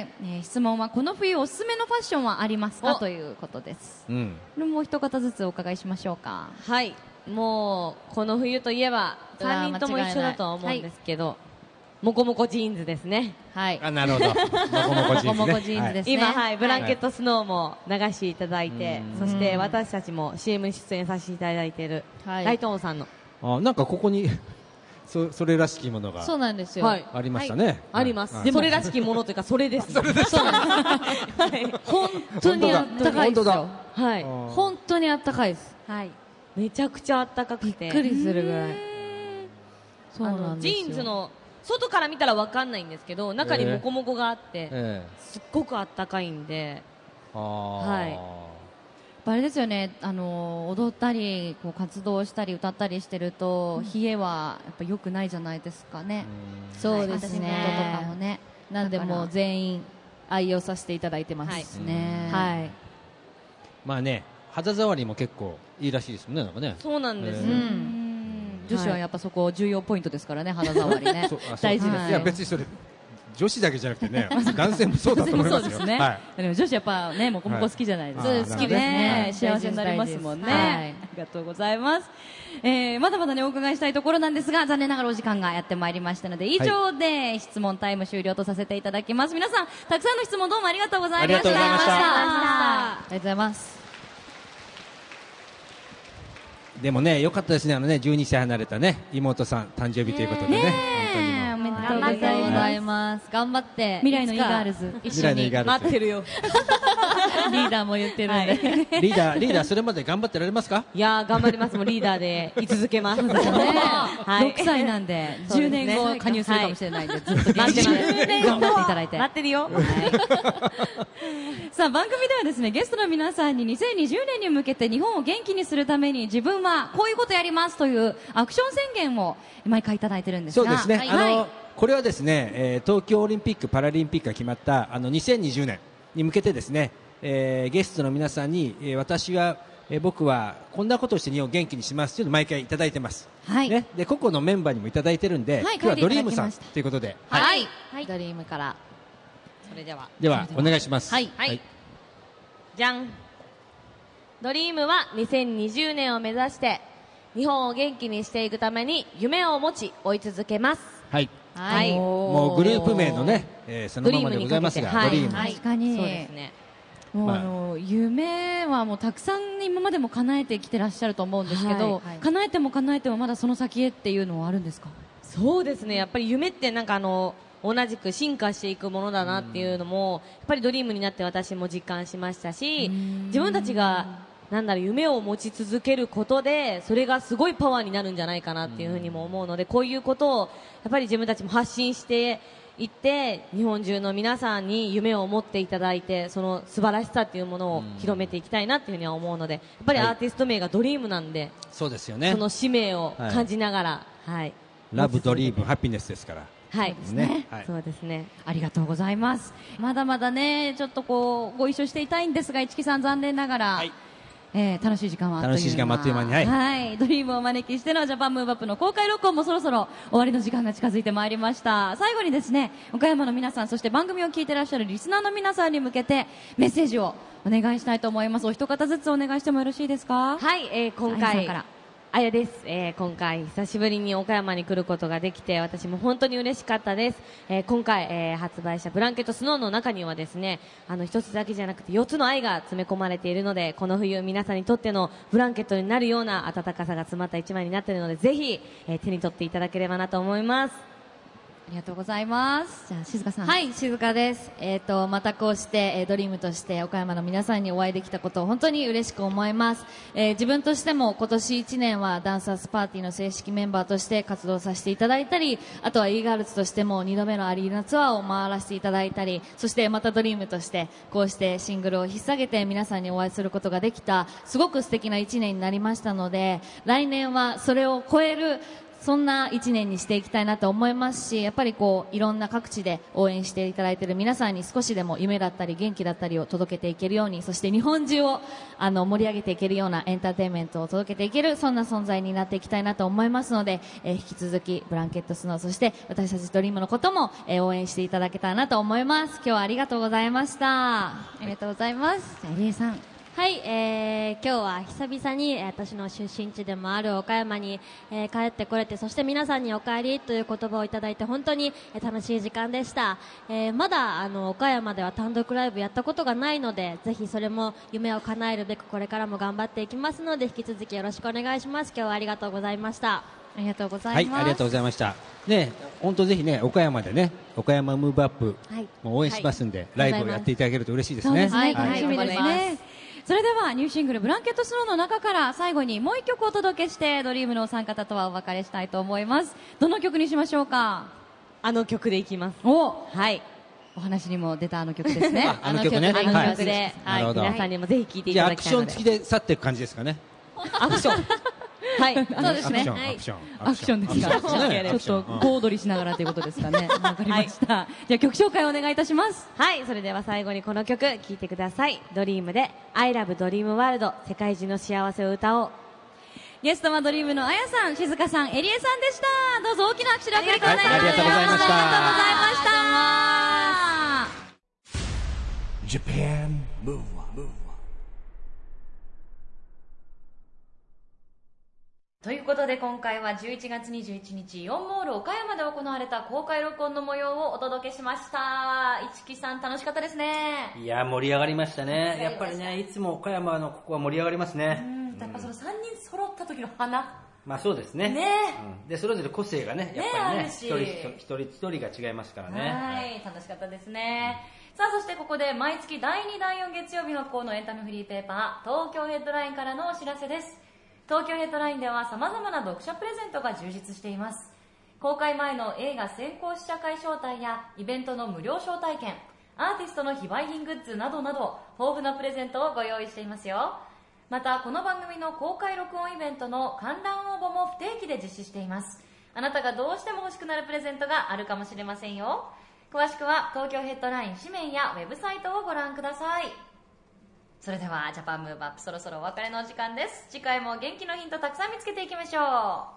Speaker 4: ねえねえ質問はこの冬おすすめのファッションはありますかということです
Speaker 5: うん
Speaker 4: これもう一方ずつお伺いしましょうか
Speaker 7: はい、もうこの冬といえば、
Speaker 8: うわー
Speaker 7: 3人とも一緒だとは思うんですけど、もこもこジーンズですね。
Speaker 8: はい
Speaker 5: あなるほどもこもこジーンズね
Speaker 8: もこもこジーンズですね
Speaker 7: 今、はい、ブランケットスノーも流していただいて、そして私たちも CM 出演させていただいている、
Speaker 8: はい
Speaker 7: ライトオンさんの、
Speaker 5: あなんかここに *laughs* そそれらしきものが
Speaker 8: そうなんですよ
Speaker 7: はい
Speaker 5: ありましたね、
Speaker 7: あります、
Speaker 5: はい
Speaker 7: それらしきものというか、それです、
Speaker 8: そうなんです本当にあったかいですよ
Speaker 7: はい、
Speaker 8: 本当にあったかいです
Speaker 7: はい、めちゃくちゃあったかくて、
Speaker 8: びっくりするぐらいそう
Speaker 7: あ
Speaker 8: な
Speaker 7: の
Speaker 8: ん
Speaker 7: ジ
Speaker 8: ですよ
Speaker 7: ーンズの外から見たらわかんないんですけど、中にもこもこがあって、
Speaker 5: ええ
Speaker 7: すっごくあったかいんで、
Speaker 5: あー
Speaker 7: はい
Speaker 4: あれですよね、あの踊ったりこう活動したり歌ったりしてると、冷えはやっぱ良くないじゃないですかね。
Speaker 8: そうです
Speaker 4: 私
Speaker 8: ね
Speaker 4: のこととかもね。
Speaker 8: なんでもう全員愛用させていただいてま
Speaker 7: はい
Speaker 8: す、
Speaker 4: ね。い。
Speaker 8: はい
Speaker 5: まあね肌触りも結構いいらしいですもんねなんかね
Speaker 7: そうなんで
Speaker 5: え
Speaker 7: す、
Speaker 8: う
Speaker 5: え
Speaker 8: ん
Speaker 4: 女子はやっぱそこ重要ポイントですからね、肌触りね
Speaker 8: *laughs*
Speaker 5: そうあ。そう
Speaker 4: 大事です
Speaker 5: いや
Speaker 4: よ。
Speaker 5: 別にそれ女子だけじゃなくてね、男性もそうだと思いますよ。
Speaker 4: そうですね。
Speaker 5: はい。
Speaker 4: でも女子やっぱね、もこもこ好きじゃないですか。
Speaker 5: はい
Speaker 4: 好
Speaker 5: そう
Speaker 4: き
Speaker 5: です
Speaker 4: で
Speaker 5: ね
Speaker 4: すね。幸
Speaker 8: はい
Speaker 4: せになりますもんね。
Speaker 8: 大事ですはい
Speaker 4: *laughs* ありがとうございます。えー、まだまだね、お伺いしたいところなんですが、残念ながらお時間がやってまいりましたので、以上で質問タイム終了とさせていただきます。皆さん、たくさんの質問どうもありがとうございました。
Speaker 5: ありがとうございました
Speaker 8: ありがとうございます。
Speaker 5: でもね、良かったですね。あのね、12歳離れたね、妹さん誕生日ということでね。
Speaker 4: ねえおめでとうご
Speaker 8: あり
Speaker 4: ざ
Speaker 8: がとう
Speaker 4: いま
Speaker 8: ご
Speaker 4: す
Speaker 8: ざ。います。頑張って。
Speaker 4: 未来のイーガール
Speaker 8: ズ。
Speaker 4: ズ。
Speaker 5: 未来のイーガールズ。
Speaker 7: てるよ。
Speaker 8: リーダーも言って
Speaker 4: *laughs*
Speaker 8: るんで。
Speaker 5: リーダー、リーダー、それまで頑張ってられますか
Speaker 7: いやー、頑張ります。もうリーダーで居続けます。 *laughs*
Speaker 4: ね、 *laughs*
Speaker 7: はい
Speaker 4: 6歳なんで、
Speaker 7: そう
Speaker 4: 10
Speaker 7: ですね
Speaker 4: 年後加入するかもしれないんで、ずっと
Speaker 7: 待ってます
Speaker 4: 頑張っていただいて。
Speaker 7: 待ってるよ。
Speaker 4: さあ番組ではですねゲストの皆さんに2020年に向けて日本を元気にするために自分はこういうことやりますというアクション宣言を毎回いただいてるんです
Speaker 5: そ
Speaker 4: が
Speaker 5: うですね。
Speaker 4: はい、
Speaker 5: あの、これはですね、えー東京オリンピック・パラリンピックが決まった、あの、2020年に向けてですね、えーゲストの皆さんに、えー私は、えー僕はこんなことをして日本を元気にしますというのを毎回いただいてます。
Speaker 4: はい
Speaker 5: ね。で、個々のメンバーにもいただいてるん
Speaker 4: い
Speaker 5: で、今日はドリーム
Speaker 4: 書いていただきま
Speaker 5: さん
Speaker 4: した
Speaker 5: ということで、
Speaker 8: はい。ドリームから。
Speaker 7: それでは。
Speaker 5: では、お願いします。
Speaker 8: はい
Speaker 7: はいじゃん。ドリームは2020年を目指して、日本を元気にしていくために夢を持ち追い続けます。
Speaker 5: はい。
Speaker 8: はい。
Speaker 7: はい
Speaker 5: もうグループ名のね、えーそのままでございますが、
Speaker 7: ド
Speaker 5: ド
Speaker 7: リ
Speaker 5: リ
Speaker 7: ー
Speaker 5: ーム。
Speaker 7: ムにかけては
Speaker 4: 確か
Speaker 7: い
Speaker 4: に、
Speaker 7: そうですね。
Speaker 4: もう
Speaker 5: まあ
Speaker 4: あの夢はもうたくさん今までも叶えてきてらっしゃると思うんですけど、
Speaker 8: はいはい
Speaker 4: 叶えても叶えてもまだその先へっていうのはあるんですか
Speaker 7: そうですね。やっぱり夢ってなんかあの、同じく進化していくものだなっていうのも、やっぱりドリームになって私も実感しましたし、自分たちが、なんだろう、夢を持ち続けることで、それがすごいパワーになるんじゃないかなっていうふうにも思うので、こういうことを、やっぱり自分たちも発信していって、日本中の皆さんに夢を持っていただいて、その素晴らしさっていうものを広めていきたいなっていうふうには思うので、やっぱりアーティスト名がドリームなんで、
Speaker 5: そうですよね
Speaker 7: そ。の使命を感じながら、はい
Speaker 5: ラブ、ドリーム、ハピネスですから。
Speaker 7: はい。
Speaker 5: ね。はい
Speaker 7: そうですね。
Speaker 4: ありがとうございます。まだまだね、ちょっとこう、ご一緒していたいんですが、市木さん残念ながら、
Speaker 5: はい
Speaker 4: えー楽しい時間はあっという間
Speaker 5: 楽しい時間はあっという間にはい
Speaker 4: ドリームをお招きしてのジャパンムーブアップの公開録音もそろそろ終わりの時間が近づいてまいりました。最後にですね、岡山の皆さん、そして番組を聞いてらっしゃるリスナーの皆さんに向けて、メッセージをお願いしたいと思います。お一方ずつお願いしてもよろしいですか
Speaker 7: はい、えー今
Speaker 4: あやさん
Speaker 7: 回
Speaker 4: から、
Speaker 7: あやです。えー今回、久しぶりに岡山に来ることができて、私も本当に嬉しかったです。えー今回、えー発売したブランケットスノーの中にはですね、あの、一つだけじゃなくて四つの愛が詰め込まれているので、この冬皆さんにとってのブランケットになるような暖かさが詰まった一枚になっているので、ぜひ、えー手に取っていただければなと思います。
Speaker 4: ありがとうございます。じゃあ、静香さん。
Speaker 8: はい、静香です。えっ、と、またこうして、えードリームとして岡山の皆さんにお会いできたことを本当に嬉しく思います。えー自分としても今年1年はダンサースパーティーの正式メンバーとして活動させていただいたり、あとは e ガールズとしても2度目のアリーナツアーを回らせていただいたり、そしてまたドリームとしてこうしてシングルを引っ提げて皆さんにお会いすることができた、すごく素敵な1年になりましたので、来年はそれを超えるそんな1年にしていきたいなと思いますし、やっぱりこういろんな各地で応援していただいている皆さんに少しでも夢だったり元気だったりを届けていけるように、そして日本中をあの盛り上げていけるようなエンターテインメントを届けていける、そんな存在になっていきたいなと思いますので、えー引き続きブランケットスノー、そして私たちドリームのことも、えー応援していただけたらなと思います。今日はありがとうございました。
Speaker 4: ありがとうございます。じゃあ、入江さん。
Speaker 6: はい、えー、今日は久々にえー私の出身地でもある岡山に、えー帰ってこれてそして皆さんにお帰りという言葉をいただいて本当にえー楽しい時間でした、えーまだあの岡山では単独ライブやったことがないのでぜひそれも夢を叶えるべくこれからも頑張っていきますので引き続きよろしくお願いします今日はありがとうございました
Speaker 4: ありがとうござ
Speaker 5: はいい、
Speaker 4: ます。
Speaker 5: ありがとうございました。ね、本当ぜひね、岡山でね、岡山ムーブアップ、
Speaker 6: はい
Speaker 5: もう応援しますんで、ライブをやっていただけると嬉しいです
Speaker 4: そうで
Speaker 5: ね。
Speaker 4: すね、
Speaker 8: はい
Speaker 4: 楽しみですね、
Speaker 8: はい
Speaker 4: それではニューシングル「ブランケットスノー」の中から最後にもう一曲お届けしてドリームのお三方とはお別れしたいと思いますどの曲にしましょうか
Speaker 7: あの曲でいきます。
Speaker 4: お
Speaker 7: はい。
Speaker 4: お話にも出たあの曲ですね
Speaker 5: *laughs* あの曲ね。
Speaker 7: あの
Speaker 5: はい
Speaker 7: 曲で、
Speaker 5: な
Speaker 7: は
Speaker 5: る
Speaker 7: い、
Speaker 5: ほど。
Speaker 7: 皆さんにもぜひ聴いてい
Speaker 5: じゃあ
Speaker 7: た
Speaker 5: ア
Speaker 7: だ
Speaker 5: ク
Speaker 7: きた
Speaker 5: ショ
Speaker 7: いの
Speaker 5: ン
Speaker 7: で。
Speaker 5: 付きで去っていく感じです
Speaker 4: *laughs*
Speaker 5: かね。
Speaker 7: アクション。はい。
Speaker 4: そうです
Speaker 5: アクシ
Speaker 4: ね
Speaker 5: ョン、アクション。
Speaker 4: アクションですか
Speaker 5: アクションね
Speaker 4: ちょっと
Speaker 5: アクション
Speaker 4: 小躍りしながらということですかねわかりました、じゃあ曲紹介お願いいたします
Speaker 7: はい、それでは最後にこの曲聴いてください。ドリームで I love Dream World 世界中の幸せを歌おう。
Speaker 4: ゲストはドリームのあやさん、静香さん、えりえさんでした。どうぞ大きな拍手でありがとうございました。
Speaker 5: ありがとうございま
Speaker 4: ありが
Speaker 5: した
Speaker 4: とうございました。
Speaker 1: Japan Move Up. Move Up.
Speaker 6: ということで今回は11月21日4モール岡山で行われた公開録音の模様をお届けしました一木さん楽しかったですね
Speaker 2: いやー盛り上がりましたね
Speaker 6: り上が
Speaker 2: や
Speaker 6: り
Speaker 2: っ
Speaker 6: ま
Speaker 2: ぱ
Speaker 6: し
Speaker 2: り
Speaker 6: た
Speaker 2: ねいつも岡山のここは盛り上がります
Speaker 6: う
Speaker 2: ね、
Speaker 6: んやっぱその3人揃った時の花
Speaker 2: まあそうですね
Speaker 6: ね
Speaker 2: うんでそれぞれ個性がねやっぱり
Speaker 6: ねあ
Speaker 2: ね
Speaker 6: る
Speaker 2: 一
Speaker 6: し
Speaker 2: 人一人一人が違いますからね
Speaker 6: はい楽しかったですね、さあそしてここで毎月第2第4月曜日発行のエンタメフリーペーパー東京ヘッドラインからのお知らせです東京ヘッドラインでは様々な読者プレゼントが充実しています公開前の映画先行試写会招待やイベントの無料招待券アーティストの非売品グッズなどなど豊富なプレゼントをご用意していますよまたこの番組の公開録音イベントの観覧応募も不定期で実施していますあなたがどうしても欲しくなるプレゼントがあるかもしれませんよ詳しくは東京ヘッドライン紙面やウェブサイトをご覧くださいそれではジャパンムーブアップそろそろお別れのお時間です次回も元気のヒントたくさん見つけていきましょ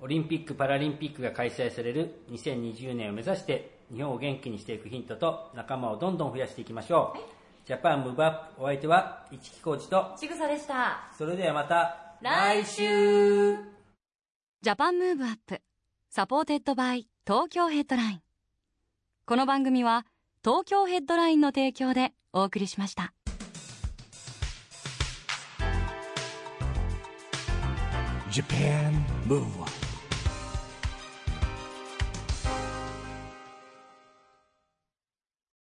Speaker 6: う
Speaker 2: オリンピック・パラリンピックが開催される2020年を目指して日本を元気にしていくヒントと仲間をどんどん増やしていきましょう、ジャパンムーブアップお相手は市木浩二と
Speaker 6: ちぐさでした
Speaker 2: それではまた
Speaker 6: 来
Speaker 2: 週
Speaker 6: ジャパンムーブアップサポーテッドバイ東京ヘッドラインこの番組は東京ヘッドラインの提供でお送りしました「
Speaker 1: Japan Move Up.